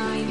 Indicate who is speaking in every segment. Speaker 1: time.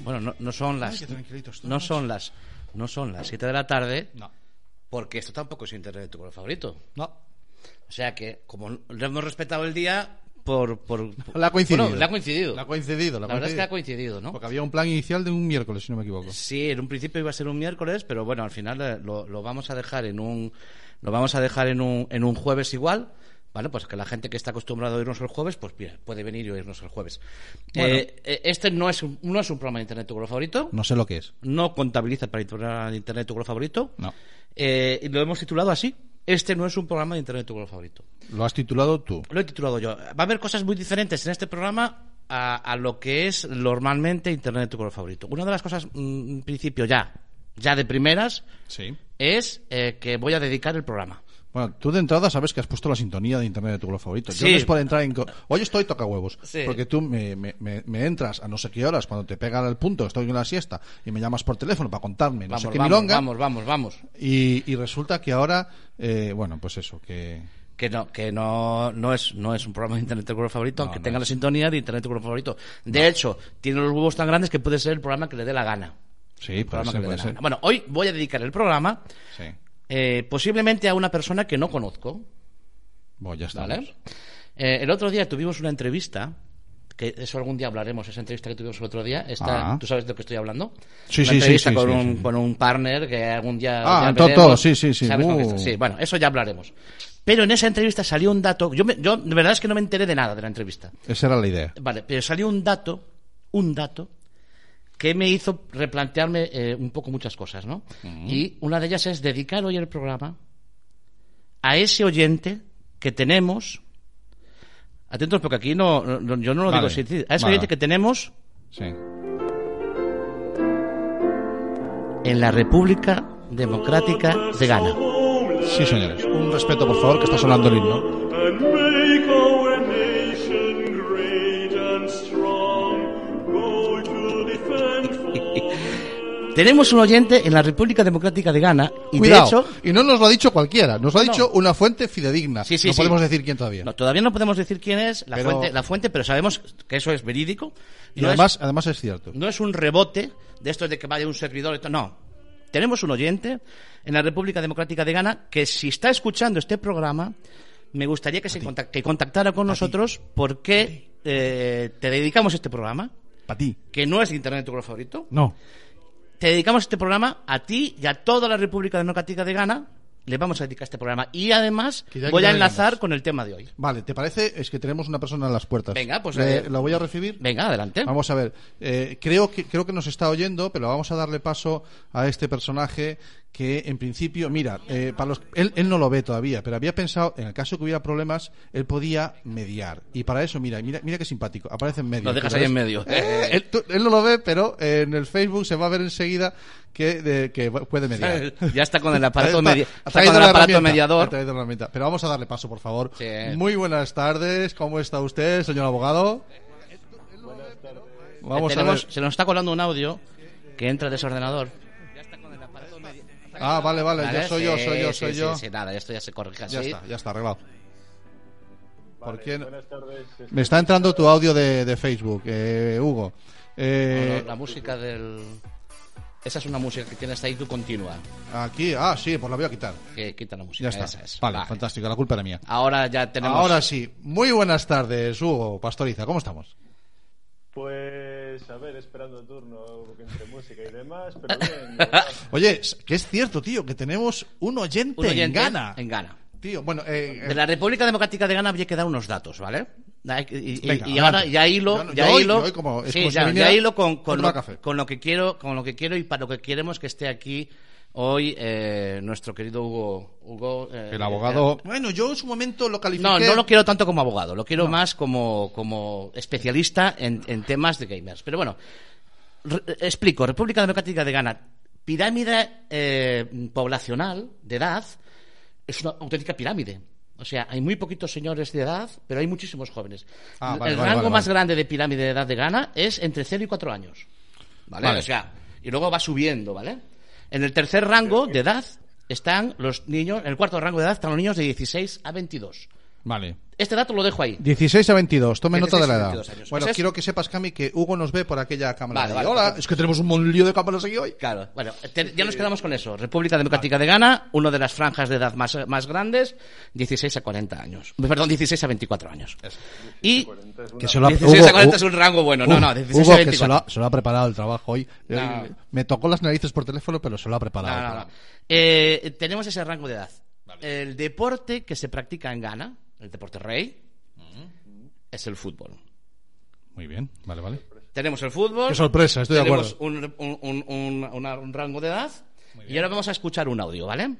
Speaker 2: Bueno, no, no son las.
Speaker 3: Ay, qué tranquilitos todos.
Speaker 2: no son las. No son las 7 de la tarde,
Speaker 3: No,
Speaker 2: porque esto tampoco es internet de tu color favorito.
Speaker 3: no.
Speaker 2: O sea que, como le hemos respetado el día, por. por
Speaker 3: Pues, La ha coincidido.
Speaker 2: Bueno, le ha coincidido.
Speaker 3: La ha coincidido.
Speaker 2: La
Speaker 3: La,
Speaker 2: verdad es que ha coincidido, ¿no?
Speaker 3: Porque había un plan inicial de un miércoles, si no me equivoco.
Speaker 2: Sí, en un principio iba a ser un miércoles, pero bueno, al final eh, lo, lo vamos a dejar en un lo vamos a dejar en un, en un jueves igual, ¿vale? Pues que la gente que está acostumbrada a irnos el jueves, pues mira, puede venir y oírnos el jueves.
Speaker 3: Bueno.
Speaker 2: Eh, eh, este no es un, no es un programa de internet tu color favorito,
Speaker 3: No sé lo que es.
Speaker 2: no contabiliza para el programa de internet tu color favorito.
Speaker 3: No.
Speaker 2: Eh, y lo hemos titulado así. Este no es un programa de internet tu color favorito.
Speaker 3: Lo has titulado tú.
Speaker 2: Lo he titulado yo. Va a haber cosas muy diferentes en este programa a, a lo que es normalmente Internet de tu color favorito. Una de las cosas, mm, en principio, ya, ya de primeras,
Speaker 3: Sí.
Speaker 2: es eh, que voy a dedicar el programa.
Speaker 3: Bueno, tú de entrada sabes que has puesto la sintonía de internet de tu blog favorito.
Speaker 2: Sí.
Speaker 3: Yo no es por entrar en. co- Hoy estoy toca huevos.
Speaker 2: Sí.
Speaker 3: Porque tú me, me- me- me entras a no sé qué horas cuando te pega el punto, estoy en la siesta, y me llamas por teléfono para contarme no
Speaker 2: Vamos,
Speaker 3: sé qué
Speaker 2: vamos,
Speaker 3: milonga.
Speaker 2: vamos, vamos, vamos.
Speaker 3: Y, y resulta que ahora, eh, bueno, pues eso, que.
Speaker 2: Que no, que no, no es, no es un programa de Internet de tu color favorito,
Speaker 3: No,
Speaker 2: aunque
Speaker 3: no
Speaker 2: tenga
Speaker 3: es.
Speaker 2: la sintonía de Internet de tu color favorito. De hecho, tiene los huevos tan grandes que puede ser el programa que le dé la gana.
Speaker 3: Sí,
Speaker 2: El programa
Speaker 3: puede
Speaker 2: que le
Speaker 3: ser,
Speaker 2: dé
Speaker 3: puede
Speaker 2: la
Speaker 3: ser.
Speaker 2: gana. Bueno, hoy voy a dedicar el programa
Speaker 3: Sí.
Speaker 2: eh, posiblemente a una persona que no conozco.
Speaker 3: Bueno, ya está.
Speaker 2: ¿Vale? Eh, el otro día tuvimos una entrevista, que eso algún día hablaremos, esa entrevista que tuvimos el otro día. Esta,
Speaker 3: Ah.
Speaker 2: ¿Tú sabes de lo que estoy hablando?
Speaker 3: Sí,
Speaker 2: una
Speaker 3: sí, sí,
Speaker 2: entrevista
Speaker 3: sí,
Speaker 2: con,
Speaker 3: sí,
Speaker 2: un,
Speaker 3: sí, sí.
Speaker 2: con un partner que algún día.
Speaker 3: Ah,
Speaker 2: ya
Speaker 3: todo,
Speaker 2: veremos.
Speaker 3: todo, sí, sí, sí.
Speaker 2: ¿Sabes con qué está?
Speaker 3: Uh.
Speaker 2: Sí, bueno, eso ya hablaremos. Pero en esa entrevista salió un dato. Yo, me- yo de verdad es que no me enteré de nada de la entrevista.
Speaker 3: Esa era la idea.
Speaker 2: Vale, pero salió un dato, un dato, que me hizo replantearme eh, un poco muchas cosas, ¿no? Y una de ellas es dedicar hoy el programa a ese oyente que tenemos. Atentos, porque aquí no, no- yo no lo
Speaker 3: Vale,
Speaker 2: digo sin decir. A ese
Speaker 3: vale.
Speaker 2: oyente que tenemos
Speaker 3: Sí.
Speaker 2: en la República Democrática de Ghana.
Speaker 3: Sí, señores. Un respeto, por favor, que está sonando el himno.
Speaker 4: and make our nation great and strong. Go to defend for
Speaker 2: Tenemos un oyente en la República Democrática de Ghana y
Speaker 3: Cuidado.
Speaker 2: de hecho
Speaker 3: y no nos lo ha dicho cualquiera, nos lo ha dicho una fuente fidedigna.
Speaker 2: Sí, sí,
Speaker 3: no
Speaker 2: sí.
Speaker 3: podemos decir quién todavía.
Speaker 2: no, todavía no podemos decir quién es la,
Speaker 3: Pero-
Speaker 2: fuente, la fuente, pero sabemos que eso es verídico.
Speaker 3: y
Speaker 2: No es-
Speaker 3: además, además es cierto.
Speaker 2: no es un rebote de esto de que vaya un servidor. y to- No. Tenemos un oyente en la República Democrática de Ghana que, si está escuchando este programa, me gustaría que se contac- que contactara con nosotros porque eh, te dedicamos este programa,
Speaker 3: Para ti.
Speaker 2: que no es Internet tu color favorito.
Speaker 3: No.
Speaker 2: Te dedicamos este programa a ti y a toda la República Democrática de Ghana. Le vamos a dedicar este programa. Y además,
Speaker 3: Que ya
Speaker 2: voy a
Speaker 3: que no
Speaker 2: enlazar
Speaker 3: digamos.
Speaker 2: con el tema de hoy.
Speaker 3: Vale, ¿te parece? Es que tenemos una persona en las puertas.
Speaker 2: Venga, pues,
Speaker 3: Le-
Speaker 2: eh,
Speaker 3: ¿La voy a recibir?
Speaker 2: Venga, adelante.
Speaker 3: Vamos a ver. Eh, creo, que, creo que nos está oyendo, pero vamos a darle paso a este personaje que, en principio, mira, eh, para los, él, él no lo ve todavía, pero había pensado, en el caso que hubiera problemas, él podía mediar. Y para eso, mira, mira, mira qué simpático. Aparece en medio.
Speaker 2: Lo dejas
Speaker 3: ¿Lo
Speaker 2: ahí en
Speaker 3: ves?
Speaker 2: medio.
Speaker 3: Eh, él, tú- él no lo ve, pero eh, en el Facebook se va a ver enseguida que, de- que puede mediar.
Speaker 2: Ya está con el aparato,
Speaker 3: eh, Está-
Speaker 2: medi-
Speaker 3: ha
Speaker 2: está con
Speaker 3: traído
Speaker 2: el
Speaker 3: la
Speaker 2: aparato
Speaker 3: herramienta,
Speaker 2: mediador.
Speaker 3: ha traído la herramienta. Pero vamos a darle paso, por favor.
Speaker 2: Sí.
Speaker 3: Muy buenas tardes. ¿Cómo está usted, señor abogado? Vamos a
Speaker 2: Eh, Tenemos-
Speaker 3: ver.
Speaker 2: Se nos está colando un audio que entra de ese ordenador.
Speaker 3: Ah, vale, vale. Yo soy yo,
Speaker 2: Sí,
Speaker 3: soy yo,
Speaker 2: sí,
Speaker 3: soy
Speaker 2: sí,
Speaker 3: yo.
Speaker 2: sí, nada, esto ya se corrige así.
Speaker 3: Ya está, ya está arreglado. ¿Por qué no?
Speaker 4: Buenas tardes.
Speaker 3: Me está entrando tu audio de, de Facebook, eh, Hugo. Eh,
Speaker 2: Bueno, la música del... Esa es una música que tienes ahí, tú continúa.
Speaker 3: aquí, ah, sí, pues la voy a quitar.
Speaker 2: Que quita la música.
Speaker 3: Ya está.
Speaker 2: esa es.
Speaker 3: Vale,
Speaker 2: Vale.
Speaker 3: fantástico, la culpa era mía.
Speaker 2: Ahora ya tenemos...
Speaker 3: Ahora sí, muy buenas tardes, Hugo Pastoriza, ¿cómo estamos?
Speaker 4: Pues a
Speaker 5: ver, esperando turno entre música y demás, pero bien. normal.
Speaker 3: Oye, es- que es cierto, tío, que tenemos un oyente,
Speaker 2: Un
Speaker 3: en
Speaker 2: oyente
Speaker 3: Ghana.
Speaker 2: En Ghana.
Speaker 3: Tío, bueno, eh, eh,
Speaker 2: De la República Democrática de Ghana había que dar unos datos, ¿vale? Y, y-
Speaker 3: Venga,
Speaker 2: y ahora
Speaker 3: adelante.
Speaker 2: ya hilo,
Speaker 3: Yo no-
Speaker 2: ya
Speaker 3: yo hoy-
Speaker 2: hilo,
Speaker 3: yo hoy como- es
Speaker 2: sí,
Speaker 3: como si
Speaker 2: ya-
Speaker 3: me viniera
Speaker 2: ya hilo con,
Speaker 3: a
Speaker 2: con,
Speaker 3: tomar
Speaker 2: lo,
Speaker 3: café.
Speaker 2: con lo que quiero, con lo que quiero y para lo que queremos que esté aquí hoy eh, nuestro querido Hugo, Hugo eh,
Speaker 3: el abogado. Bueno, yo en su momento lo califiqué.
Speaker 2: No, no lo quiero tanto como abogado, lo quiero más como, como especialista en, en temas de gamers. Pero bueno, re- explico, República Democrática de Ghana, pirámide eh, poblacional de edad es una auténtica pirámide. O sea, hay muy poquitos señores de edad, pero hay muchísimos jóvenes.
Speaker 3: Ah, vale,
Speaker 2: el
Speaker 3: vale,
Speaker 2: rango
Speaker 3: vale,
Speaker 2: más
Speaker 3: vale.
Speaker 2: grande de pirámide de edad de Ghana es entre 0 y 4 años. ¿Vale?
Speaker 3: Vale.
Speaker 2: O sea, y luego va subiendo, ¿vale? En el tercer rango de edad están los niños, en el cuarto rango de edad están los niños de 16 a 22.
Speaker 3: Vale.
Speaker 2: Este dato lo dejo ahí.
Speaker 3: 16 a 22, tome nota de
Speaker 2: 16
Speaker 3: la
Speaker 2: a
Speaker 3: edad.
Speaker 2: 22 años.
Speaker 3: Bueno,
Speaker 2: Pues es-
Speaker 3: quiero que sepas, Cami, que Hugo nos ve por aquella cámara.
Speaker 2: Vale,
Speaker 3: de-
Speaker 2: vale,
Speaker 3: Hola,
Speaker 2: perfecto.
Speaker 3: es que tenemos un buen lío de cámaras aquí hoy.
Speaker 2: Claro, bueno, te- ya nos quedamos con eso. República Democrática de Ghana, una de las franjas de edad más, más grandes, 16 a 40 años. Perdón, 16 a 24 años. Y
Speaker 5: 40 es una-
Speaker 3: Que se lo ha-
Speaker 2: 16
Speaker 3: Hugo,
Speaker 2: a 40
Speaker 3: Hu-
Speaker 2: es un rango bueno. No,
Speaker 3: Hugo,
Speaker 2: no, 16
Speaker 3: Hugo,
Speaker 2: a
Speaker 3: que se lo,
Speaker 2: 24.
Speaker 3: ha, se lo ha preparado el trabajo hoy. Eh,
Speaker 2: No.
Speaker 3: Me tocó las narices por teléfono, pero se lo
Speaker 2: No,
Speaker 3: ha preparado.
Speaker 2: no,
Speaker 3: Pero-
Speaker 2: no. Eh, tenemos ese rango de edad. El deporte que se practica en Ghana, el deporte rey, mm, es el fútbol.
Speaker 3: Muy bien, vale, vale.
Speaker 2: Tenemos el fútbol.
Speaker 3: Qué sorpresa, estoy de
Speaker 2: tenemos Un, un- un- un- una- un rango de edad. Y ahora vamos a escuchar un audio, ¿vale?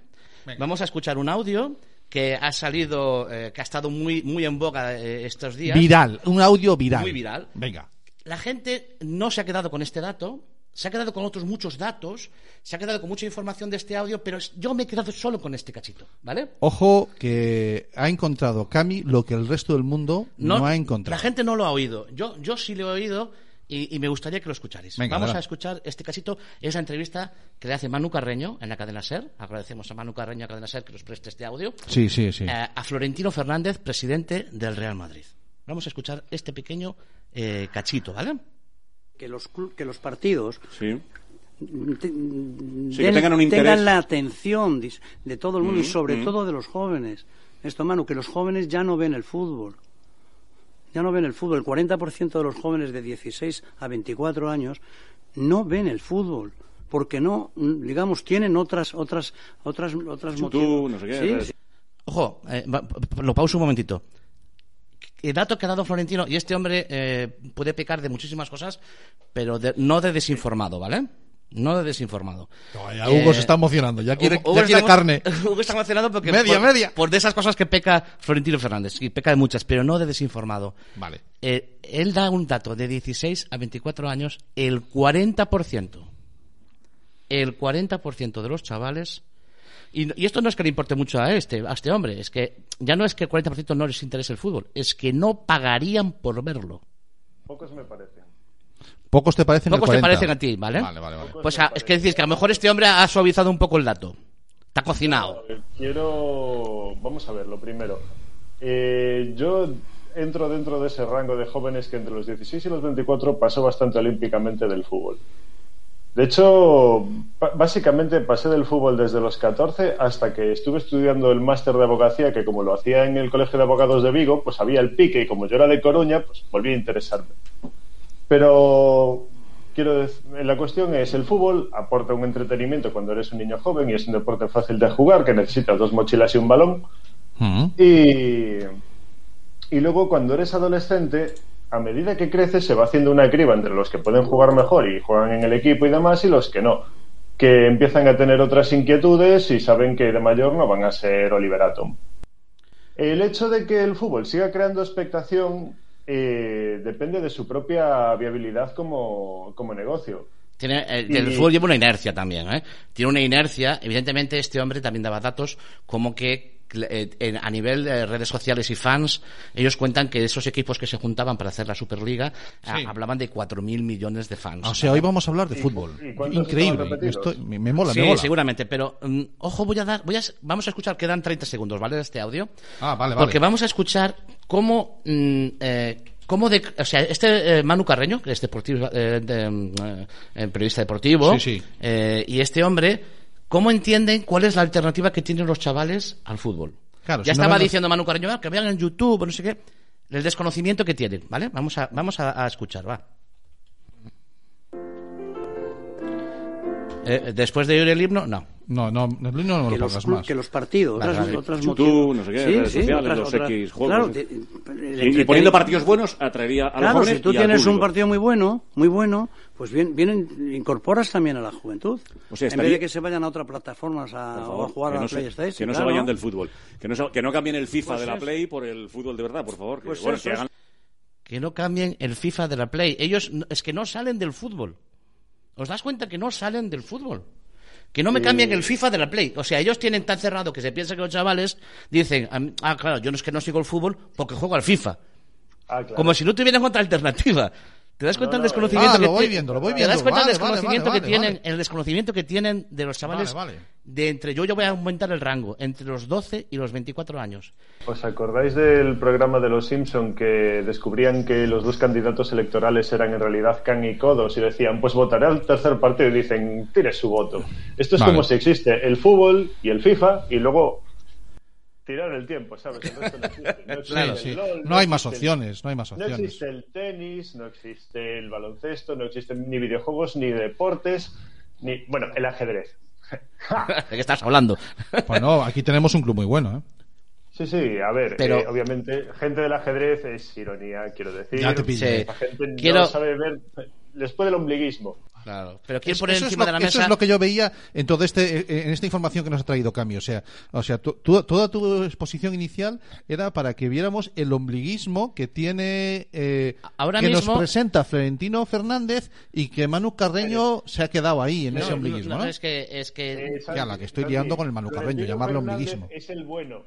Speaker 2: Vamos a escuchar un audio que ha salido, eh, que ha estado muy, muy en boga eh, estos días.
Speaker 3: Viral, un audio viral.
Speaker 2: Muy viral.
Speaker 3: Venga.
Speaker 2: La gente no se ha quedado con este dato, se ha quedado con otros muchos datos, se ha quedado con mucha información de este audio, pero es- yo me he quedado solo con este cachito, ¿vale?
Speaker 3: Ojo que ha encontrado Cami lo que el resto del mundo no, ha encontrado.
Speaker 2: La gente no lo ha oído. Yo, yo sí lo he oído y, y me gustaría que lo escucharais.
Speaker 3: Venga,
Speaker 2: Vamos
Speaker 3: adelante.
Speaker 2: a escuchar este casito, es la entrevista que le hace Manu Carreño en la cadena Ser. Agradecemos a Manu Carreño a Cadena Ser que nos preste este audio.
Speaker 3: Sí, sí, sí.
Speaker 2: Eh, a Florentino Fernández, presidente del Real Madrid. Vamos a escuchar este pequeño eh, cachito, ¿vale?
Speaker 6: que los clu- que los partidos
Speaker 4: Sí.
Speaker 6: te-
Speaker 4: que tengan un interés. Mm,
Speaker 6: tengan la atención dis- de todo el mundo y sobre todo de los jóvenes. Esto, mano, que los jóvenes ya no ven el fútbol. Ya no ven el fútbol. El 40% de los jóvenes de 16 a 24 años no ven el fútbol porque no, mm, digamos, tienen otras otras otras otras motivos.
Speaker 4: no sé qué,
Speaker 6: Sí,
Speaker 4: redes
Speaker 6: sí.
Speaker 2: Ojo, eh, va- p- p- lo pauso un momentito. El dato que ha dado Florentino, y este hombre eh, puede pecar de muchísimas cosas, pero de- no de desinformado, ¿vale? No de desinformado.
Speaker 3: No, ya Hugo
Speaker 2: Eh,
Speaker 3: se está emocionando, ya quiere,
Speaker 2: Hugo-
Speaker 3: ya
Speaker 2: Hugo
Speaker 3: quiere
Speaker 2: está-
Speaker 3: carne.
Speaker 2: Hugo está emocionado porque.
Speaker 3: Media,
Speaker 2: por,
Speaker 3: media.
Speaker 2: Por de esas cosas que peca Florentino Fernández. Sí, peca de muchas, pero no de desinformado.
Speaker 3: Vale.
Speaker 2: Eh, él da un dato de 16 a 24 años, el 40%. El 40% de los chavales. Y, y esto no es que le importe mucho a este, a este hombre, es que ya no es que el 40% no les interese el fútbol, es que no pagarían por verlo.
Speaker 5: Pocos Pues me parecen.
Speaker 3: Pocos te parecen el
Speaker 2: Pocos te
Speaker 3: 40.
Speaker 2: parecen a ti, ¿vale?
Speaker 3: Vale, vale, vale.
Speaker 2: Pues a- es que decir que a lo mejor este hombre ha suavizado un poco el dato. Está cocinado.
Speaker 5: Eh, Quiero. Vamos a ver, lo primero. Eh, yo entro dentro de ese rango de jóvenes que entre los 16 y los 24 pasó bastante olímpicamente del fútbol. De hecho, ba- básicamente pasé del fútbol desde los 14 hasta que estuve estudiando el máster de abogacía, que como lo hacía en el Colegio de Abogados de Vigo, pues había el pique y como yo era de Coruña, pues volví a interesarme. Pero quiero dec- la cuestión es el fútbol aporta un entretenimiento cuando eres un niño joven y es un deporte fácil de jugar que necesitas dos mochilas y un balón
Speaker 3: Mm.
Speaker 5: y y luego cuando eres adolescente a medida que creces se va haciendo una criba entre los que pueden jugar mejor y juegan en el equipo y demás y los que no que empiezan a tener otras inquietudes y saben que de mayor no van a ser Oliver Atom. El hecho de que el fútbol siga creando expectación eh, depende de su propia viabilidad como, como negocio.
Speaker 2: Tiene, eh, el
Speaker 5: Y-
Speaker 2: fútbol lleva una inercia también, ¿eh? Tiene una inercia. Evidentemente, este hombre también daba datos como que eh, en- a nivel de redes sociales y fans, ellos cuentan que esos equipos que se juntaban para hacer la Superliga a-
Speaker 3: Sí. Ah,
Speaker 2: hablaban de 4.000 millones de fans.
Speaker 3: O sea, hoy vamos a hablar de
Speaker 5: ¿Y-
Speaker 3: fútbol.
Speaker 5: y cuántos
Speaker 3: Increíble.
Speaker 5: estaban
Speaker 3: Me,
Speaker 5: repetidos?
Speaker 3: estoy- me- me mola,
Speaker 2: sí,
Speaker 3: me mola.
Speaker 2: seguramente, pero mm, ojo, voy a dar, voy a, vamos a escuchar, quedan 30 segundos, ¿vale? De este audio.
Speaker 3: Ah, vale, vale.
Speaker 2: Porque vamos a escuchar cómo, mm, eh, cómo de, o sea, este eh, Manu Carreño, que es deportivo, eh, de, mm, eh, periodista deportivo,
Speaker 3: Sí, sí.
Speaker 2: eh, y este hombre, cómo entienden cuál es la alternativa que tienen los chavales al fútbol.
Speaker 3: Claro,
Speaker 2: ya
Speaker 3: si no
Speaker 2: estaba
Speaker 3: ven los-
Speaker 2: diciendo Manu Carreño "Ah, que vean en YouTube, no sé qué, el desconocimiento que tienen, ¿vale? Vamos a, vamos a, a escuchar, va. eh, después de oír el himno, no.
Speaker 3: No, no, no, no, no me
Speaker 6: que
Speaker 3: lo
Speaker 6: los,
Speaker 3: pongas
Speaker 6: clu-
Speaker 3: más.
Speaker 6: que los partidos,
Speaker 2: Vale,
Speaker 6: otras,
Speaker 2: vale.
Speaker 6: otras
Speaker 2: YouTube,
Speaker 6: motivos.
Speaker 4: no sé qué, redes sociales, los X juegos,
Speaker 6: Claro,
Speaker 4: ¿no?
Speaker 6: te- el
Speaker 4: Y, y
Speaker 6: entretenimiento-
Speaker 4: poniendo partidos buenos atraería a los
Speaker 6: Claro,
Speaker 4: jóvenes
Speaker 6: si tú
Speaker 4: y al
Speaker 6: tienes un
Speaker 4: público.
Speaker 6: partido muy bueno, muy bueno, pues bien, bien incorporas también a la juventud.
Speaker 4: O sea,
Speaker 6: En
Speaker 4: estaría-
Speaker 6: vez de que se vayan a otras plataformas a,
Speaker 4: Por
Speaker 6: o a
Speaker 4: favor,
Speaker 6: jugar
Speaker 4: que
Speaker 6: a la
Speaker 4: no se-
Speaker 6: PlayStation.
Speaker 4: que no
Speaker 6: claro.
Speaker 4: se vayan del fútbol. Que no, se- que no cambien el FIFA
Speaker 6: Pues
Speaker 4: de la
Speaker 6: eso.
Speaker 4: Play por el fútbol de verdad, por favor. Que,
Speaker 6: Pues
Speaker 4: bueno,
Speaker 6: eso
Speaker 4: que
Speaker 6: es.
Speaker 4: hagan
Speaker 2: Que no cambien el FIFA de la Play. Ellos no- es que no salen del fútbol. ¿Os das cuenta que no salen del fútbol? Que no me cambien
Speaker 3: Eh.
Speaker 2: el FIFA de la Play. O sea, ellos tienen tan cerrado que se piensa que los chavales dicen, "A mí- ah, claro, yo no es que no sigo el fútbol porque juego al FIFA.
Speaker 5: Ah, claro.
Speaker 2: Como si no tuvieran otra alternativa. ¿Te das cuenta
Speaker 5: No,
Speaker 2: del
Speaker 5: no,
Speaker 2: desconocimiento
Speaker 3: eh. Ah,
Speaker 2: que
Speaker 3: lo voy
Speaker 2: tie-
Speaker 3: viendo, lo voy
Speaker 2: ¿Te das
Speaker 3: viendo.
Speaker 2: cuenta
Speaker 3: Vale,
Speaker 2: del
Speaker 3: vale,
Speaker 2: desconocimiento
Speaker 3: vale,
Speaker 2: que tienen,
Speaker 3: vale.
Speaker 2: el desconocimiento que tienen de los chavales
Speaker 3: Vale, vale.
Speaker 2: de entre yo yo voy a aumentar el rango entre los 12 y los 24 años.
Speaker 5: ¿Os acordáis del programa de Los Simpson que descubrían que los dos candidatos electorales eran en realidad Khan y Kodos y decían, pues votaré al tercer partido y dicen, tire su voto? Esto es
Speaker 3: Vale.
Speaker 5: como si existe el fútbol y el FIFA y luego tirar el tiempo, ¿sabes? El resto no existe. No existe
Speaker 3: Claro,
Speaker 5: el
Speaker 3: sí.
Speaker 5: LOL,
Speaker 3: No hay más
Speaker 5: existe el-
Speaker 3: opciones, no hay más
Speaker 5: No
Speaker 3: opciones.
Speaker 5: existe el tenis, no existe el baloncesto, no existen ni videojuegos, ni deportes, ni, bueno, el ajedrez.
Speaker 2: ¿De qué estás hablando?
Speaker 3: Bueno, Pues aquí tenemos un club muy bueno, ¿eh?
Speaker 5: Sí, sí, a ver,
Speaker 2: Pero-
Speaker 5: eh, obviamente, gente del ajedrez es ironía, quiero decir.
Speaker 3: Ya te pillo.
Speaker 2: Sí.
Speaker 5: La gente
Speaker 2: Quiero-
Speaker 5: no sabe ver, les puede el ombliguismo.
Speaker 2: Claro, pero quiero
Speaker 3: Es-
Speaker 2: poner
Speaker 3: eso es
Speaker 2: encima
Speaker 3: lo-
Speaker 2: de la
Speaker 3: Eso
Speaker 2: mesa
Speaker 3: es lo que yo veía en todo este eh, en esta información que nos ha traído Cami. O sea, o sea tu- tu- toda tu exposición inicial era para que viéramos el ombliguismo que tiene eh,
Speaker 2: Ahora
Speaker 3: que
Speaker 2: mismo-
Speaker 3: nos presenta Florentino Fernández y que Manu Carreño se ha quedado ahí en ese ombliguismo, ¿no?
Speaker 2: es que es que
Speaker 5: Eh,
Speaker 3: Ya, la que estoy liando con el Manu Carreño,
Speaker 5: Florentino
Speaker 3: llamarlo
Speaker 5: Fernández
Speaker 3: ombliguismo.
Speaker 5: Es el bueno.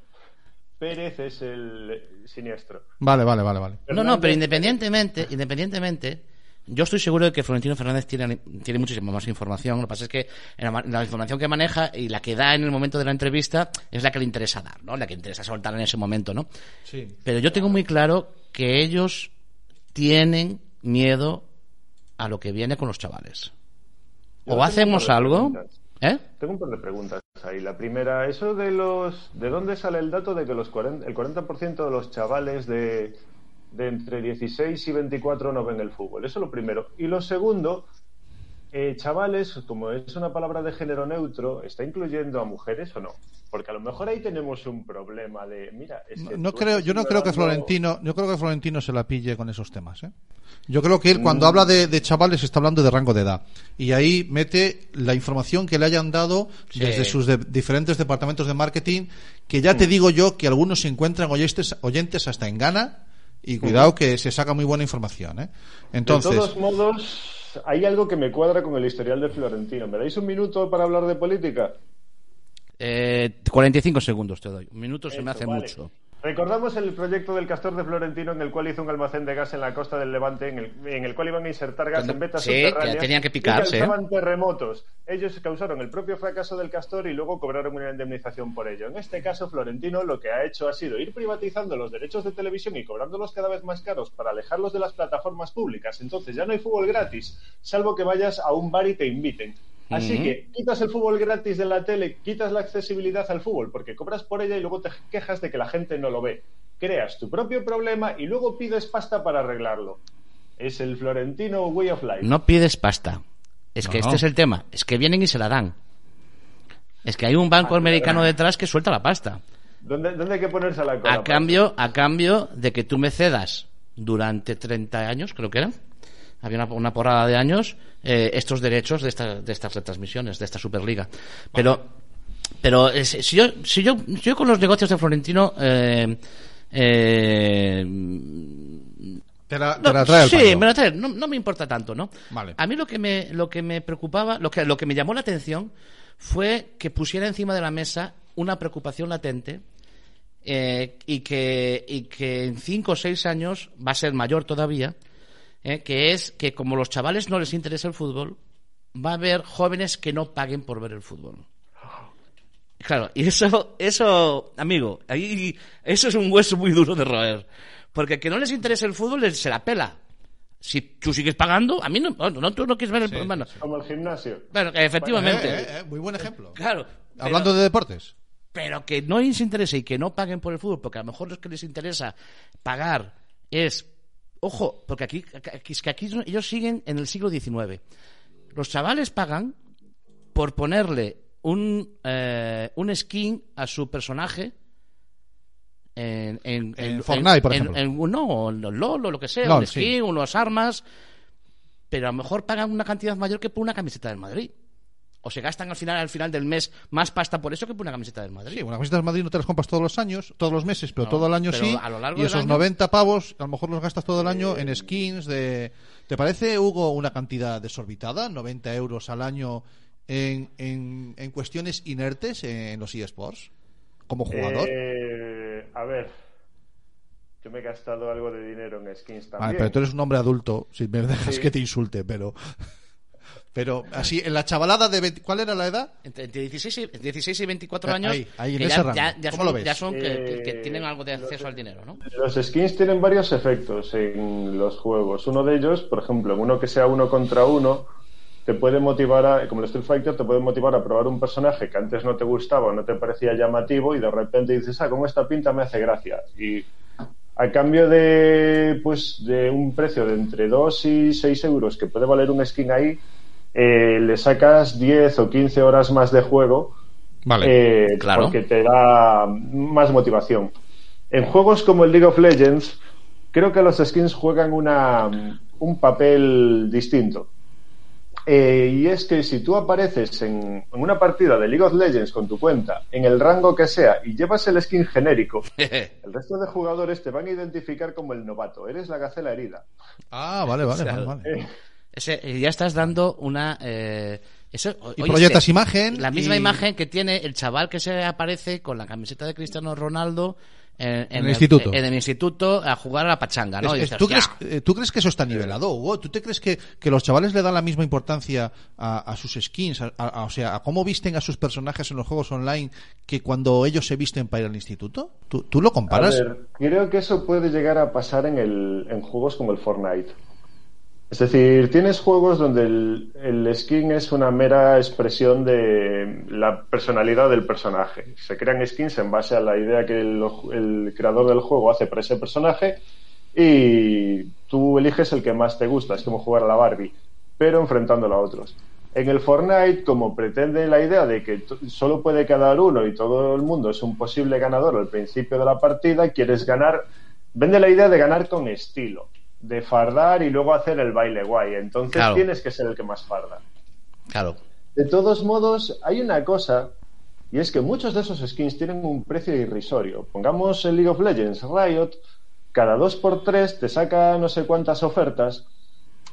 Speaker 5: Pérez es el eh, siniestro.
Speaker 3: Vale, vale, vale, vale.
Speaker 2: no, no, pero
Speaker 5: Fernández-
Speaker 2: independientemente, independientemente, yo estoy seguro de que Florentino Fernández tiene, tiene muchísima más información. Lo que pasa es que en la, ma- la información que maneja y la que da en el momento de la entrevista es la que le interesa dar, ¿no? La que interesa soltar en ese momento, ¿no?
Speaker 3: Sí.
Speaker 2: Pero yo tengo muy claro que ellos tienen miedo a lo que viene con los chavales.
Speaker 5: Yo
Speaker 2: O
Speaker 5: tengo
Speaker 2: hacemos
Speaker 5: otras
Speaker 2: algo,
Speaker 5: preguntas.
Speaker 2: ¿eh?
Speaker 5: Tengo un par de preguntas ahí. La primera, eso de los... ¿De dónde sale el dato de que los 40, el 40% de los chavales de, de entre 16 y 24 no ven el fútbol? Eso lo primero. Y lo segundo, eh, chavales, como es una palabra de género neutro, ¿está incluyendo a mujeres o no? Porque a lo mejor ahí tenemos un problema de... Mira, es
Speaker 3: No,
Speaker 5: que
Speaker 3: no
Speaker 5: tú
Speaker 3: creo,
Speaker 5: estás
Speaker 3: yo no creo que
Speaker 5: ignorando-
Speaker 3: Florentino, yo creo que Florentino se la pille con esos temas, ¿eh? Yo creo que él
Speaker 2: Mm.
Speaker 3: cuando habla de, de chavales está hablando de rango de edad y ahí mete la información que le hayan dado
Speaker 2: Sí.
Speaker 3: desde sus de- diferentes departamentos de marketing, que
Speaker 2: Mm.
Speaker 3: ya te digo yo que algunos se encuentran oyentes, oyentes hasta en Ghana y
Speaker 2: Mm.
Speaker 3: cuidado que se saca muy buena información, ¿eh? Entonces,
Speaker 5: De todos modos, hay algo que me cuadra con el historial de Florentino. ¿Me dais un minuto para hablar de política?
Speaker 2: Eh, 45 segundos te doy. Un minuto se me
Speaker 5: Eso,
Speaker 2: hace
Speaker 5: vale.
Speaker 2: mucho.
Speaker 5: Recordamos el proyecto del castor de Florentino en el cual hizo un almacén de gas en la costa del Levante, en el, en el cual iban a insertar gas
Speaker 2: Cuando-
Speaker 5: en vetas
Speaker 2: sí,
Speaker 5: subterráneas
Speaker 2: que tenían que
Speaker 5: y
Speaker 2: picarse, ¿eh?
Speaker 5: causaban terremotos. Ellos causaron el propio fracaso del castor y luego cobraron una indemnización por ello. En este caso, Florentino lo que ha hecho ha sido ir privatizando los derechos de televisión y cobrándolos cada vez más caros para alejarlos de las plataformas públicas. Entonces ya no hay fútbol gratis, salvo que vayas a un bar y te inviten. Así
Speaker 2: Ujú.
Speaker 5: que quitas el fútbol gratis de la tele, quitas la accesibilidad al fútbol porque cobras por ella y luego te quejas de que la gente no lo ve. Creas tu propio problema y luego pides pasta para arreglarlo. Es el florentino way of life.
Speaker 2: No pides pasta. Es que
Speaker 3: No,
Speaker 2: este
Speaker 3: no.
Speaker 2: es el tema. Es que vienen y se la dan. Es que hay un banco
Speaker 5: Ah,
Speaker 2: americano
Speaker 5: claro.
Speaker 2: detrás que suelta la pasta.
Speaker 5: ¿Dónde, dónde hay que ponerse la cola?
Speaker 2: A cambio, a cambio de que tú me cedas durante 30 años, creo que eran, había una, una porrada de años, eh, estos derechos de, esta- de estas retransmisiones, de esta Superliga. Pero, pero eh, si si yo, si yo, si yo con los negocios de Florentino... eh, eh,
Speaker 3: te la, te
Speaker 2: no,
Speaker 3: la trae al
Speaker 2: sí,
Speaker 3: palo.
Speaker 2: me la trae. No, no me importa tanto, ¿no?
Speaker 3: Vale.
Speaker 2: A mí lo que me, lo que me preocupaba, lo que, lo que me llamó la atención fue que pusiera encima de la mesa una preocupación latente eh, y, que, y que en cinco o seis años va a ser mayor todavía, eh, que es que como los chavales no les interesa el fútbol, va a haber jóvenes que no paguen por ver el fútbol. Claro, y eso, eso, amigo, ahí, eso es un hueso muy duro de roer. Porque que no les interese el fútbol les- se la pela. Si tú sigues pagando, a mí no, no, no, tú no quieres ver el bueno,
Speaker 5: Como el gimnasio.
Speaker 2: bueno, efectivamente.
Speaker 3: Eh, eh, eh, muy buen ejemplo.
Speaker 2: Claro. pero-
Speaker 3: Hablando de deportes.
Speaker 2: pero que no les interese y que no paguen por el fútbol, porque a lo mejor los que les interesa pagar es, ojo, porque aquí, aquí- es que aquí ellos siguen en el siglo XIX. Los chavales pagan por ponerle un, eh, un skin a su personaje. En, en,
Speaker 3: En Fortnite, por
Speaker 2: en-
Speaker 3: ejemplo.
Speaker 2: en- no, en LOL o lo que sea,
Speaker 3: LOL,
Speaker 2: un
Speaker 3: sí.
Speaker 2: skin, unas armas. Pero a lo mejor pagan una cantidad mayor que por una camiseta del Madrid. O se gastan al final, al final del mes más pasta por eso que por una camiseta del Madrid.
Speaker 3: Sí, una camiseta de Madrid no te las compras todos los años, todos los meses, pero
Speaker 2: No,
Speaker 3: todo el año
Speaker 2: pero
Speaker 3: sí.
Speaker 2: a lo largo
Speaker 3: y
Speaker 2: del
Speaker 3: esos
Speaker 2: año- Eh,
Speaker 3: 90 pavos, a lo mejor los gastas todo el año en skins de... ¿Te parece, Hugo, una cantidad desorbitada? 90 euros al año en, en, en cuestiones inertes en los eSports, como jugador.
Speaker 5: Eh, a ver, yo me he gastado algo de dinero en skins también.
Speaker 3: Vale, Ah, pero tú eres un hombre adulto, si me dejas
Speaker 5: Sí.
Speaker 3: que te insulte, pero... Pero así, en la chavalada de... 20 ¿Cuál era la edad?
Speaker 2: Entre, entre 16, y, 16 y 24
Speaker 3: Ah,
Speaker 2: años
Speaker 3: ahí, ahí, en
Speaker 2: que
Speaker 3: ese
Speaker 2: ya,
Speaker 3: rango.
Speaker 2: ya- ya
Speaker 3: ¿Cómo
Speaker 2: son,
Speaker 3: lo ves?
Speaker 2: ya son que, que- que
Speaker 5: Eh,
Speaker 2: tienen algo de
Speaker 5: lo
Speaker 2: acceso
Speaker 5: que-
Speaker 2: al dinero, ¿no?
Speaker 5: Los skins tienen varios efectos en los juegos. Uno de ellos, por ejemplo, en uno que sea uno contra uno, te puede motivar a, como el Street Fighter, te puede motivar a probar un personaje que antes no te gustaba o no te parecía llamativo y de repente dices, ah, con esta pinta me hace gracia. Y a cambio de, pues, de un precio de entre 2 y 6 euros que puede valer un skin ahí, eh, le sacas 10 o 15 horas más de juego eh,
Speaker 2: claro.
Speaker 5: porque te da más motivación. En juegos como el League of Legends, creo que los skins juegan una, un papel distinto. Eh, y es que si tú apareces en, en una partida de League of Legends con tu cuenta, en el rango que sea, y llevas el skin genérico, el resto de jugadores te van a identificar como el novato. Eres la gacela herida.
Speaker 3: Ah, vale, vale,
Speaker 2: O sea,
Speaker 3: vale, vale.
Speaker 2: Ese, eh, ya estás dando una... eh, eso- o-
Speaker 3: Y
Speaker 2: oye,
Speaker 3: proyectas
Speaker 2: este,
Speaker 3: imagen
Speaker 2: La misma
Speaker 3: y-
Speaker 2: imagen que tiene el chaval que se aparece con la camiseta de Cristiano Ronaldo en, en
Speaker 3: el instituto.
Speaker 2: En el instituto a jugar a la pachanga, ¿no?
Speaker 3: Es-
Speaker 2: Y
Speaker 3: es-
Speaker 2: dices,
Speaker 3: ¿tú,
Speaker 2: "Hostia".
Speaker 3: crees, eh, tú crees que eso está nivelado, Hugo? ¿Tú te crees que, que los chavales le dan la misma importancia a, a sus skins, a, a- a- o sea, a cómo visten a sus personajes en los juegos online que cuando ellos se visten para ir al instituto? ¿Tú, tú lo
Speaker 5: A
Speaker 3: comparas?
Speaker 5: ver, creo que eso puede llegar a pasar en, el, en juegos como el Fortnite. Es decir, tienes juegos donde el, el skin es una mera expresión de la personalidad del personaje. Se crean skins en base a la idea que el, el creador del juego hace para ese personaje y tú eliges el que más te gusta. Es como jugar a la Barbie, pero enfrentándola a otros. En el Fortnite, como pretende la idea de que t- solo puede quedar uno y todo el mundo es un posible ganador al principio de la partida, quieres ganar. Vende la idea de ganar con estilo, de fardar y luego hacer el baile guay. Entonces
Speaker 2: Claro.
Speaker 5: tienes que ser el que más farda.
Speaker 2: Claro.
Speaker 5: De todos modos, hay una cosa, y es que muchos de esos skins tienen un precio irrisorio. Pongamos el League of Legends, Riot, cada 2x3 te saca no sé cuántas ofertas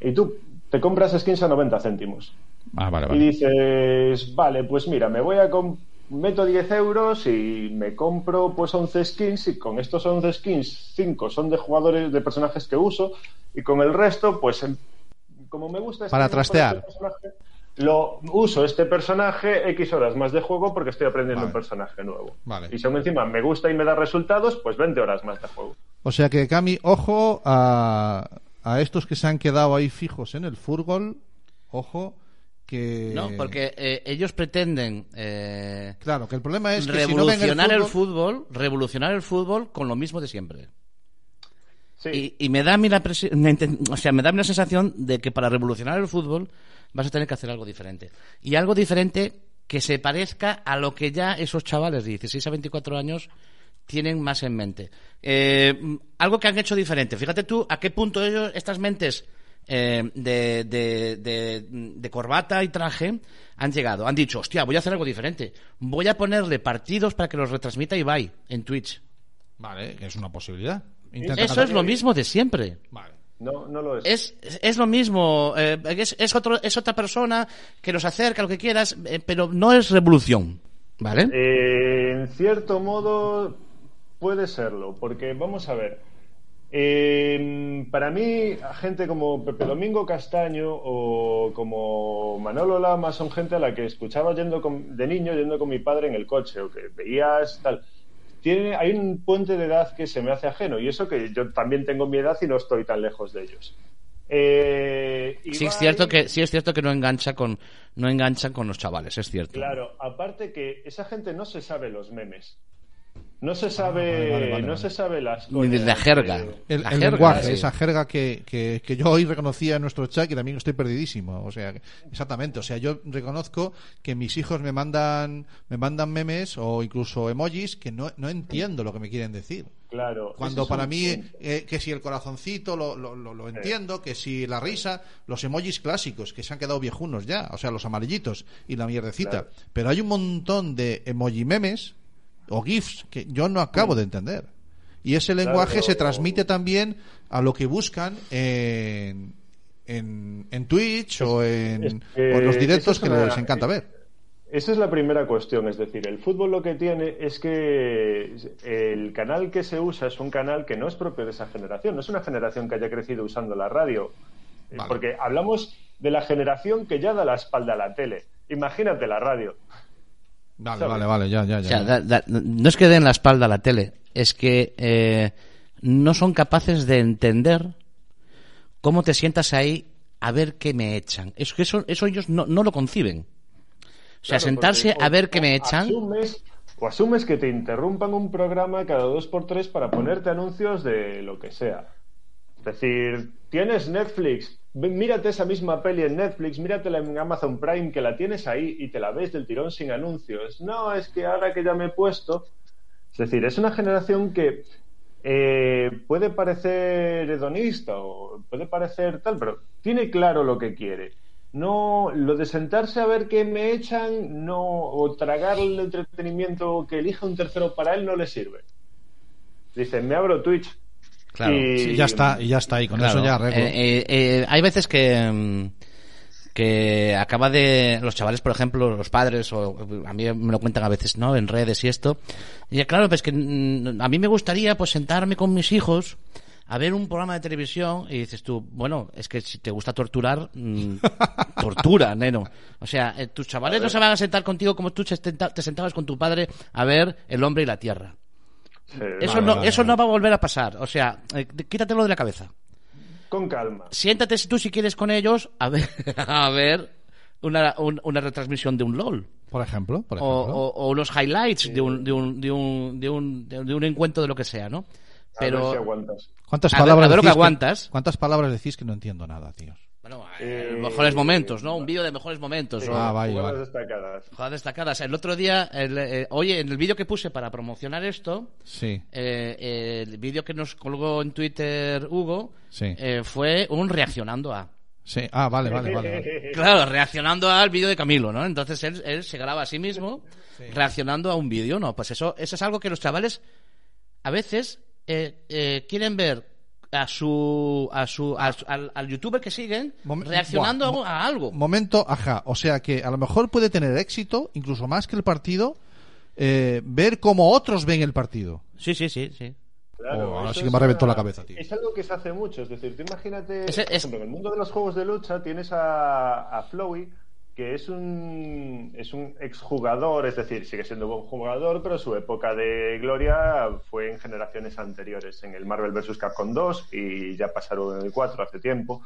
Speaker 5: y tú te compras skins a 90 céntimos.
Speaker 3: Ah, vale,
Speaker 5: Y dices, vale, pues mira, me voy a... com- Meto 10 euros y me compro pues 11 skins y con estos 11 skins 5 son de jugadores, de personajes que uso y con el resto pues em- como me gusta... este
Speaker 3: Para
Speaker 5: tipo de
Speaker 3: trastear.
Speaker 5: personaje, Lo uso este personaje X horas más de juego porque estoy aprendiendo
Speaker 3: Vale.
Speaker 5: un personaje nuevo.
Speaker 3: Vale.
Speaker 5: Y si aún encima me gusta y me da resultados, pues 20 horas más de juego.
Speaker 3: O sea que, Cami, ojo a, a estos que se han quedado ahí fijos en el fútbol, ojo que...
Speaker 2: No, porque eh, ellos pretenden... eh,
Speaker 3: Claro, que el problema es que si no ven
Speaker 2: revolucionar
Speaker 3: el
Speaker 2: el fútbol, revolucionar el fútbol con lo mismo de siempre.
Speaker 5: Sí.
Speaker 2: Y, y me da a mí la presi- me enten- o sea, me da a mí la sensación de que para revolucionar el fútbol vas a tener que hacer algo diferente. Y algo diferente que se parezca a lo que ya esos chavales de 16 a 24 años tienen más en mente. Eh, mm, algo que han hecho diferente. Fíjate tú a qué punto ellos, estas mentes eh, de, de- de- de corbata y traje han llegado. Han dicho, hostia, voy a hacer algo diferente. Voy a ponerle partidos para que los retransmita Ibai en Twitch.
Speaker 3: Vale, es una posibilidad. Intenta
Speaker 2: Eso
Speaker 3: cada-
Speaker 2: es lo mismo de siempre.
Speaker 3: Vale.
Speaker 5: No, no lo es.
Speaker 2: Es, es lo mismo, eh, es, es otro, es otra persona que los acerca, lo que quieras, eh, pero no es revolución, ¿vale?
Speaker 5: Eh, en cierto modo puede serlo, porque vamos a ver. eh, para mí, gente como Pepe Domingo Castaño o como Manolo Lama son gente a la que escuchaba yendo con- de niño yendo con mi padre en el coche o que veías tal. Tiene, hay un puente de edad que se me hace ajeno y eso que yo también tengo mi edad y no estoy tan lejos de ellos. Eh,
Speaker 2: sí, es
Speaker 5: Ibai-
Speaker 2: cierto que, sí es cierto que no engancha con, no enganchan con los chavales, es cierto.
Speaker 5: Claro, aparte que esa gente no se sabe los memes. No se sabe,
Speaker 3: Ah, Vale, vale, vale,
Speaker 5: no
Speaker 3: vale.
Speaker 5: se sabe las
Speaker 7: Ni de la
Speaker 5: coñas,
Speaker 7: jerga.
Speaker 5: eh,
Speaker 3: El,
Speaker 7: La
Speaker 3: el
Speaker 7: jerga,
Speaker 3: lenguaje,
Speaker 7: sí.
Speaker 3: esa jerga que, que- que yo hoy reconocía en nuestro chat y también estoy perdidísimo. O sea, que- exactamente. O sea, yo reconozco que mis hijos me mandan, me mandan memes o incluso emojis que no, no entiendo lo que me quieren decir.
Speaker 5: claro. ese
Speaker 3: Cuando
Speaker 5: es
Speaker 3: para
Speaker 5: un
Speaker 3: mí,
Speaker 5: punto.
Speaker 3: eh, que si el corazoncito lo, lo- lo- lo entiendo, que si la risa, los emojis clásicos, que se han quedado viejunos ya, o sea, los amarillitos y la mierdecita.
Speaker 5: Claro.
Speaker 3: Pero hay un montón de emoji memes o GIFs que yo no acabo de entender. Y ese lenguaje se
Speaker 5: pero-
Speaker 3: transmite también a lo que buscan en, en, en Twitch o, en,
Speaker 5: es
Speaker 3: o en los
Speaker 5: que eso
Speaker 3: directos
Speaker 5: es
Speaker 3: que
Speaker 5: una- eh,
Speaker 3: les encanta ver.
Speaker 5: Esa es la primera cuestión, es decir, el fútbol lo que tiene es que el canal que se usa es un canal que no es propio de esa generación, no es una generación que haya crecido usando la radio, Eh,
Speaker 3: Vale.
Speaker 5: porque hablamos de la generación que ya da la espalda a la tele. Imagínate la radio.
Speaker 3: Vale,
Speaker 5: ¿sabes?
Speaker 3: vale, vale, ya, ya,
Speaker 2: O
Speaker 3: ya.
Speaker 2: sea, da- da- no es que den la espalda a la tele, es que eh, no son capaces de entender cómo te sientas ahí a ver qué me echan. Es que eso, eso ellos no, no lo conciben. O sea,
Speaker 5: Claro,
Speaker 2: sentarse
Speaker 5: porque-
Speaker 2: a ver qué
Speaker 5: o
Speaker 2: me echan.
Speaker 5: asumes- o asumes que te interrumpan un programa cada dos por tres para ponerte anuncios de lo que sea. Es decir, tienes Netflix, ve- mírate esa misma peli en Netflix, míratela en Amazon Prime, que la tienes ahí y te la ves del tirón sin anuncios. No, es que ahora que ya me he puesto. Es decir, es una generación que eh, puede parecer hedonista o puede parecer tal, pero tiene claro lo que quiere. No, lo de sentarse a ver qué me echan, no, o tragar el entretenimiento que elija un tercero para él no le sirve. Dicen, me abro Twitch.
Speaker 2: Claro,
Speaker 3: Sí, ya está, y ya está, y con
Speaker 2: Claro.
Speaker 3: eso ya arreglo.
Speaker 2: Eh, eh, eh, hay veces que mm, que acaba de los chavales por ejemplo los padres o a mí me lo cuentan a veces no en redes y esto y claro pues que mm, a mí me gustaría pues sentarme con mis hijos a ver un programa de televisión y dices tú bueno es que si te gusta torturar mm, tortura neno o sea eh, tus chavales no se van a sentar contigo como tú se senta- te sentabas con tu padre a ver el hombre y la tierra
Speaker 5: Eh,
Speaker 2: eso
Speaker 5: vale,
Speaker 2: no
Speaker 3: vale,
Speaker 2: eso
Speaker 3: vale.
Speaker 2: no va a volver a pasar o sea eh, quítatelo de la cabeza
Speaker 5: Con calma.
Speaker 2: siéntate si tú si quieres con ellos a ver, a ver una, un- una retransmisión de un LOL.
Speaker 3: Por ejemplo, por
Speaker 2: O,
Speaker 3: ejemplo.
Speaker 2: o- o los highlights de, un, de, un, de, un, de, un, de un encuentro de lo que sea, ¿no?
Speaker 5: A ver si
Speaker 2: Pero,
Speaker 5: aguantas.
Speaker 3: ¿Cuántas
Speaker 2: A ver-
Speaker 3: palabras
Speaker 2: a ver lo que
Speaker 3: decís
Speaker 2: aguantas.
Speaker 3: ¿Cuántas palabras decís que no entiendo nada, tíos?
Speaker 2: bueno,
Speaker 5: Eh,
Speaker 2: mejores momentos, ¿no? Un vídeo de mejores momentos.
Speaker 5: Sí,
Speaker 2: o-
Speaker 3: Ah, vaya,
Speaker 5: jugadas
Speaker 3: vale.
Speaker 5: destacadas.
Speaker 2: Jugadas destacadas. El otro día, el, eh, oye, en el vídeo que puse para promocionar esto,
Speaker 3: Sí.
Speaker 2: eh, eh, el vídeo que nos colgó en Twitter Hugo
Speaker 3: Sí.
Speaker 2: eh, fue un reaccionando a.
Speaker 3: Sí. Ah, vale, vale, vale. vale.
Speaker 2: Claro, reaccionando al vídeo de Camilo, ¿no? Entonces él, él se graba a sí mismo reaccionando a un vídeo, ¿no? Pues eso, eso es algo que los chavales a veces eh, eh, quieren ver a su, a su, a su- al, al youtuber que siguen
Speaker 3: Momen-
Speaker 2: reaccionando
Speaker 3: Buah, mo-
Speaker 2: a, a algo.
Speaker 3: Momento, ajá. O sea que a lo mejor puede tener éxito, incluso más que el partido, eh, ver cómo otros ven el partido.
Speaker 2: Sí, sí, sí, sí.
Speaker 5: Claro,
Speaker 3: Oh, ahora sí
Speaker 5: eso
Speaker 3: que
Speaker 5: es
Speaker 3: me ha reventado
Speaker 5: una-
Speaker 3: la cabeza, tío.
Speaker 5: Es algo que se hace mucho, es decir, tú imagínate,
Speaker 2: Es-
Speaker 5: por
Speaker 2: es-
Speaker 5: ejemplo, en el mundo de los juegos de lucha tienes a, a Flowey, que es un, es un exjugador, es decir, sigue siendo buen jugador, pero su época de gloria fue en generaciones anteriores, en el Marvel vs. Capcom 2 y ya pasaron en el 4 hace tiempo.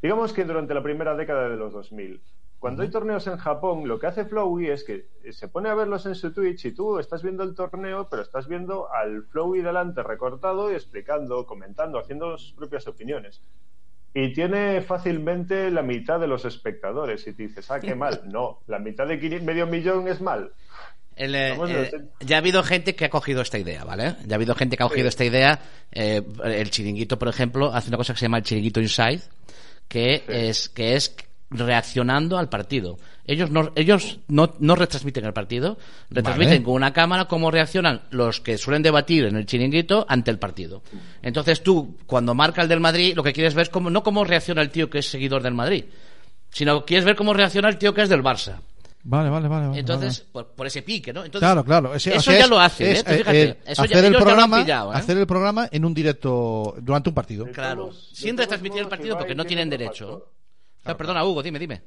Speaker 5: Digamos que durante la primera década de los 2000. Cuando hay torneos en Japón, lo que hace Flowey es que eh, se pone a verlos en su Twitch y tú estás viendo el torneo, pero estás viendo al Flowey delante recortado y explicando, comentando, haciendo sus propias opiniones. Y tiene fácilmente la mitad de los espectadores y te dices, ah, qué mal. No, la mitad de quini- medio millón es mal.
Speaker 2: El, eh,
Speaker 5: Vamos,
Speaker 2: eh,
Speaker 5: lo-
Speaker 2: ya ha habido gente que ha cogido esta idea, ¿vale? Ya ha habido gente que ha cogido esta idea. eh, el chiringuito, por ejemplo, hace una cosa que se llama el chiringuito inside, que es que es reaccionando al partido. Ellos no, ellos no, no retransmiten el partido, retransmiten
Speaker 3: Vale.
Speaker 2: con una cámara cómo reaccionan los que suelen debatir en el chiringuito ante el partido. Entonces tú, cuando marca el del Madrid, lo que quieres ver es cómo, no cómo reacciona el tío que es seguidor del Madrid, sino quieres ver cómo reacciona el tío que es del Barça.
Speaker 3: Vale, vale, vale. vale,
Speaker 2: Entonces,
Speaker 3: vale.
Speaker 2: por, por ese pique, ¿no? Entonces,
Speaker 3: Claro, claro. Ese- o
Speaker 2: eso
Speaker 3: sea,
Speaker 2: ya
Speaker 3: es-
Speaker 2: lo hace,
Speaker 3: es,
Speaker 2: ¿eh? Tú fíjate,
Speaker 3: eh, el
Speaker 2: eso ya-
Speaker 3: hacer
Speaker 2: ellos
Speaker 3: el
Speaker 2: ya lo han
Speaker 3: programa,
Speaker 2: pillado, ¿eh?
Speaker 3: hacer el programa en un directo durante un partido.
Speaker 2: Claro,
Speaker 5: De todos- de
Speaker 2: sin
Speaker 5: todos
Speaker 2: retransmitir el
Speaker 5: modos,
Speaker 2: partido porque
Speaker 5: Ibai
Speaker 2: no
Speaker 5: tiene
Speaker 2: tienen
Speaker 5: otro
Speaker 2: derecho.
Speaker 5: factor.
Speaker 2: O sea, perdona, Hugo, dime, dime.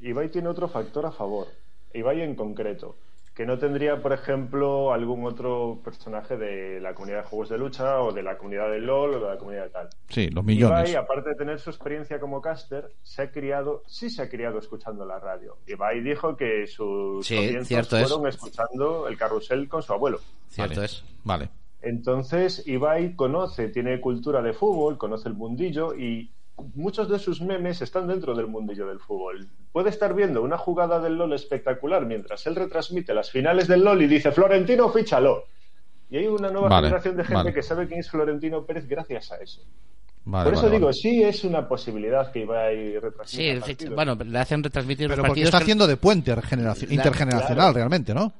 Speaker 5: Ibai tiene otro factor a favor. Ibai en concreto. que no tendría, por ejemplo, algún otro personaje de la comunidad de juegos de lucha o de la comunidad de LOL o de la comunidad de tal.
Speaker 3: Sí, los millones.
Speaker 5: Ibai, aparte de tener su experiencia como caster, se ha criado, sí se ha criado escuchando la radio. Ibai dijo que sus
Speaker 7: Sí,
Speaker 5: comienzos
Speaker 7: cierto es.
Speaker 5: fueron escuchando el carrusel con su abuelo.
Speaker 7: Cierto
Speaker 3: Vale,
Speaker 7: es.
Speaker 3: Vale.
Speaker 5: Entonces, Ibai conoce, tiene cultura de fútbol, conoce el mundillo y muchos de sus memes están dentro del mundillo del fútbol. Puede estar viendo una jugada del LOL espectacular mientras él retransmite las finales del LOL y dice, Florentino, fíchalo. Y hay una nueva
Speaker 3: Vale,
Speaker 5: generación de gente
Speaker 3: vale.
Speaker 5: que sabe quién es Florentino Pérez gracias a eso.
Speaker 3: vale,
Speaker 5: Por eso
Speaker 3: vale,
Speaker 5: digo,
Speaker 3: vale.
Speaker 5: sí es una posibilidad que Ibai
Speaker 2: Sí,
Speaker 5: retransmita
Speaker 2: efect-
Speaker 5: partidos.
Speaker 2: bueno, le hacen retransmitir
Speaker 3: Pero
Speaker 2: los
Speaker 3: porque
Speaker 2: partidos.
Speaker 3: está
Speaker 2: que-
Speaker 3: haciendo de puente generaci-
Speaker 2: Claro,
Speaker 3: intergeneracional
Speaker 5: claro.
Speaker 3: realmente, ¿no?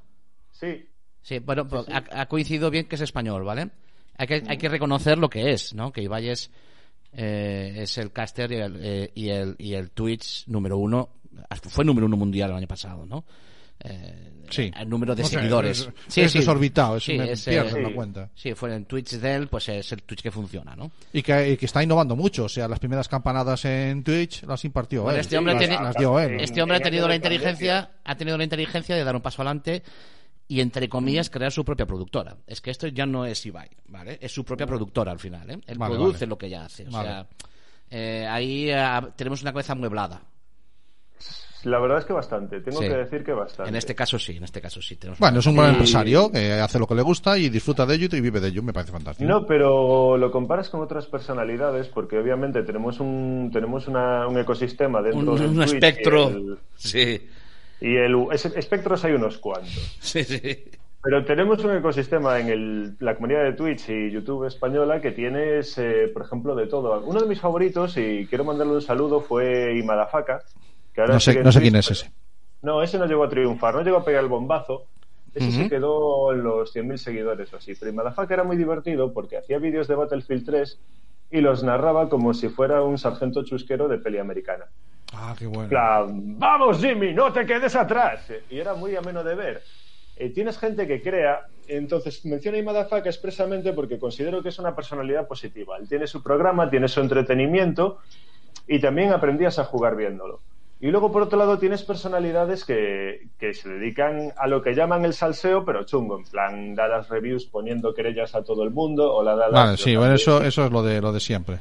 Speaker 5: Sí,
Speaker 2: Sí, Mm. bueno, pero ha, ha coincidido bien que es español, ¿vale? Hay que, hay que reconocer lo que es, ¿no? Que Ibai es, eh, es el caster y el, eh, y, el, y el Twitch número uno. hasta- Fue número uno mundial el año pasado, ¿no? Eh,
Speaker 3: Sí.
Speaker 2: El número de
Speaker 3: O sea,
Speaker 2: seguidores.
Speaker 3: es- es desorbitado, es- me
Speaker 2: es,
Speaker 3: pierdo
Speaker 2: eh,
Speaker 3: la cuenta.
Speaker 2: Sí, fue el Twitch de él, pues es el Twitch que funciona, ¿no?
Speaker 3: Y que, y que está innovando mucho. O sea, las primeras campanadas en Twitch las impartió
Speaker 2: Bueno,
Speaker 3: él.
Speaker 2: este hombre
Speaker 3: Las-
Speaker 2: tiene-
Speaker 3: las dio él.
Speaker 2: Este hombre ha
Speaker 5: Tenía
Speaker 2: tenido
Speaker 5: que
Speaker 2: la
Speaker 5: ver con
Speaker 2: inteligencia, ha tenido la inteligencia de dar un paso adelante y entre comillas crear su propia productora. Es que esto ya no es Ibai, ¿vale? Es su propia productora al final, ¿eh? Él
Speaker 3: Vale,
Speaker 2: produce
Speaker 3: vale.
Speaker 2: lo que ya hace, o
Speaker 3: Vale.
Speaker 2: sea, eh, ahí ah, tenemos una cabeza amueblada.
Speaker 5: la verdad es que bastante. Tengo
Speaker 2: Sí.
Speaker 5: que decir que bastante.
Speaker 2: En este caso sí, en este caso sí tenemos
Speaker 3: Bueno, es un buen
Speaker 5: Y-
Speaker 3: empresario que hace lo que le gusta y disfruta de ello y vive de ello. Me parece fantástico.
Speaker 5: No, pero lo comparas con otras personalidades porque obviamente tenemos un tenemos una- un ecosistema
Speaker 2: un,
Speaker 5: dentro
Speaker 2: un
Speaker 5: del Twitch
Speaker 2: espectro.
Speaker 5: y el-
Speaker 2: Sí.
Speaker 5: y el- es- espectros hay unos cuantos.
Speaker 2: Sí, sí.
Speaker 5: Pero tenemos un ecosistema en el- la comunidad de Twitch y YouTube española que tienes, eh, por ejemplo, de todo. Uno de mis favoritos, y quiero mandarle un saludo, fue Imadafaca. que ahora
Speaker 3: No sé,
Speaker 5: sigue en
Speaker 3: no sé
Speaker 5: Twitch,
Speaker 3: quién es
Speaker 5: pero-
Speaker 3: ese.
Speaker 5: No, ese no llegó a triunfar, no llegó a pegar el bombazo. Ese se quedó en los 100.000 seguidores o así. Pero Madafaka era muy divertido porque hacía vídeos de Battlefield 3 y los narraba como si fuera un sargento chusquero de peli americana.
Speaker 3: Ah, qué bueno.
Speaker 5: En plan, vamos Jimmy, no te quedes atrás. Y era muy ameno de ver. Eh, tienes gente que crea, entonces menciona a Madafaka expresamente porque considero que es una personalidad positiva. Él tiene su programa, tiene su entretenimiento y también aprendías a jugar viéndolo. Y luego, por otro lado, tienes personalidades que, que se dedican a lo que llaman el salseo, pero chungo, en plan, dadas reviews poniendo querellas a todo el mundo o la dadas...
Speaker 3: Vale, sí, bueno, eso, eso es lo de, lo de siempre.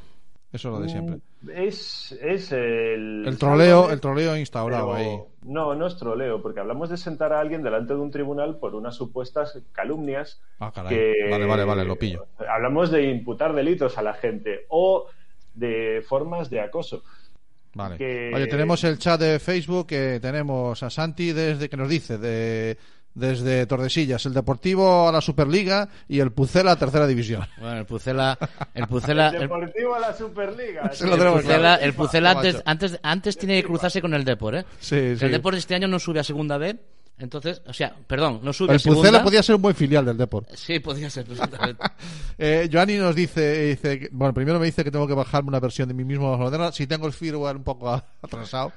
Speaker 3: Eso es lo de siempre.
Speaker 5: Mm. Es, es el...
Speaker 3: El troleo,
Speaker 5: Sálvame,
Speaker 3: el troleo instaurado
Speaker 5: pero-
Speaker 3: ahí.
Speaker 5: No, no es troleo, porque hablamos de sentar a alguien delante de un tribunal por unas supuestas calumnias.
Speaker 3: Ah, caray.
Speaker 5: que-
Speaker 3: Vale, vale, vale, lo pillo.
Speaker 5: Hablamos de imputar delitos a la gente o de formas de acoso.
Speaker 3: Vale.
Speaker 5: que-
Speaker 3: Oye, tenemos el chat de Facebook, que tenemos a Santi desde que nos dice de desde Tordesillas, el Deportivo a la Superliga y el Pucela a Tercera División.
Speaker 2: Bueno, el Pucela, el Pucela, Ah, el,
Speaker 5: Deportivo a la Superliga.
Speaker 3: Se
Speaker 5: sí.
Speaker 3: lo tenemos
Speaker 2: Pucela,
Speaker 3: claro. Ah,
Speaker 2: el Pucela antes,
Speaker 3: Macho.
Speaker 2: antes, antes tiene que cruzarse con el Depor, ¿eh?
Speaker 3: Sí, sí.
Speaker 2: El Depor este año no sube a segunda B, entonces, o sea, perdón, no sube
Speaker 3: El
Speaker 2: a segunda.
Speaker 3: Pucela podía ser un buen filial del Deport.
Speaker 2: Sí, podía ser perfectamente.
Speaker 3: Eh, Joanny nos dice, dice que- bueno, primero me dice que tengo que bajarme una versión de mí mismo más moderna, si tengo el firmware un poco a- atrasado,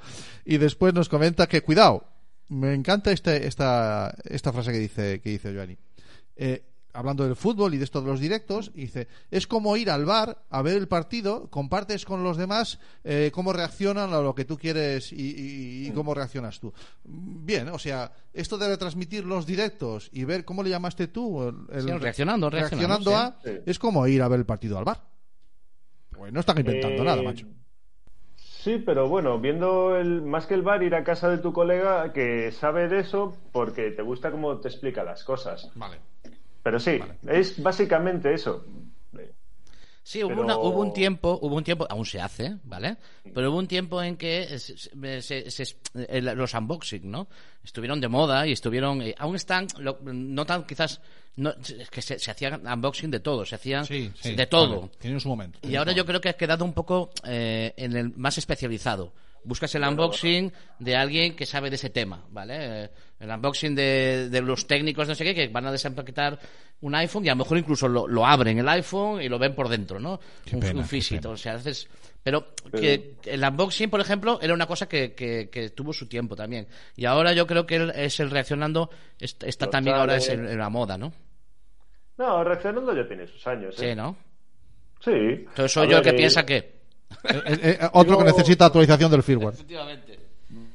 Speaker 3: y después nos comenta que, cuidado, me encanta este, esta, esta frase que dice, que dice Joanny. Eh, hablando del fútbol y de esto de los directos, dice, es como ir al bar a ver el partido, compartes con los demás eh, cómo reaccionan a lo que tú quieres y, y- y
Speaker 2: Mm.
Speaker 3: cómo reaccionas tú. Bien, o sea, esto de retransmitir los directos y ver cómo le llamaste tú, el-
Speaker 2: Sí,
Speaker 3: el-
Speaker 2: reaccionando, reaccionando,
Speaker 3: reaccionando
Speaker 2: sí.
Speaker 3: a
Speaker 5: Sí.
Speaker 3: es como ir a ver el partido al bar. Pues no están inventando
Speaker 5: Eh,
Speaker 3: nada, macho.
Speaker 5: Sí, pero bueno, viendo el, más que el bar, ir a casa de tu colega que sabe de eso porque te gusta cómo te explica las cosas.
Speaker 3: Vale.
Speaker 5: Pero sí, es básicamente eso.
Speaker 2: Sí, hubo,
Speaker 5: Pero-
Speaker 2: una- hubo un tiempo, hubo un tiempo, aún se hace, ¿vale? Pero hubo un tiempo en que se- se- se- se- eh, los unboxing, ¿no? Estuvieron de moda y estuvieron, eh, aún están, lo- no tan quizás, no, es que se, se hacían unboxing de todo, se hacían de todo.
Speaker 3: Tienen su momento.
Speaker 2: Y ahora yo creo que has quedado un poco eh, en el más especializado. Buscas el unboxing de alguien que sabe de ese tema, ¿vale? Eh, El unboxing de, de los técnicos, no sé qué, que van a desempaquetar un iPhone y a lo mejor incluso lo, lo abren el iPhone y lo ven por dentro, ¿no?
Speaker 3: Qué
Speaker 2: Un,
Speaker 3: pena,
Speaker 2: un
Speaker 3: qué
Speaker 2: físico,
Speaker 3: pena.
Speaker 2: o sea, haces... Pero que el unboxing, por ejemplo, era una cosa que, que- que tuvo su tiempo también. Y ahora yo creo que el- es el reaccionando, est- está,
Speaker 5: Lo
Speaker 2: también ahora es
Speaker 5: sabe.
Speaker 2: en, en la moda, ¿no?
Speaker 5: No, reaccionando ya tiene sus años. ¿eh?
Speaker 2: Sí, ¿no?
Speaker 5: Sí.
Speaker 2: Entonces soy
Speaker 5: A
Speaker 2: yo el
Speaker 5: ver,
Speaker 2: que
Speaker 5: eh,
Speaker 2: piensa que...
Speaker 3: Eh, eh, eh, otro que
Speaker 5: Digo-
Speaker 3: necesita actualización del firmware.
Speaker 2: Efectivamente.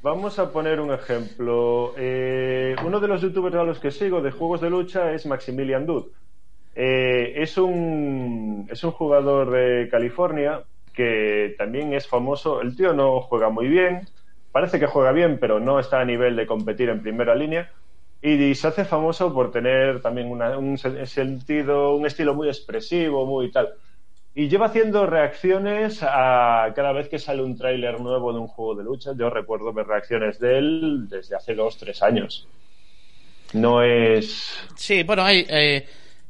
Speaker 5: Vamos a poner un ejemplo. Eh, uno de los youtubers a los que sigo de juegos de lucha es Maximilian Dude. Eh, es, un, es un jugador de California que también es famoso. El tío no juega muy bien, parece que juega bien, pero no está a nivel de competir en primera línea. Y se hace famoso por tener también una- un se- sentido, un estilo muy expresivo, muy tal. Y lleva haciendo reacciones a cada vez que sale un tráiler nuevo de un juego de lucha. Yo recuerdo ver reacciones de él desde hace dos, tres años. No es.
Speaker 2: Sí, bueno, hay, eh,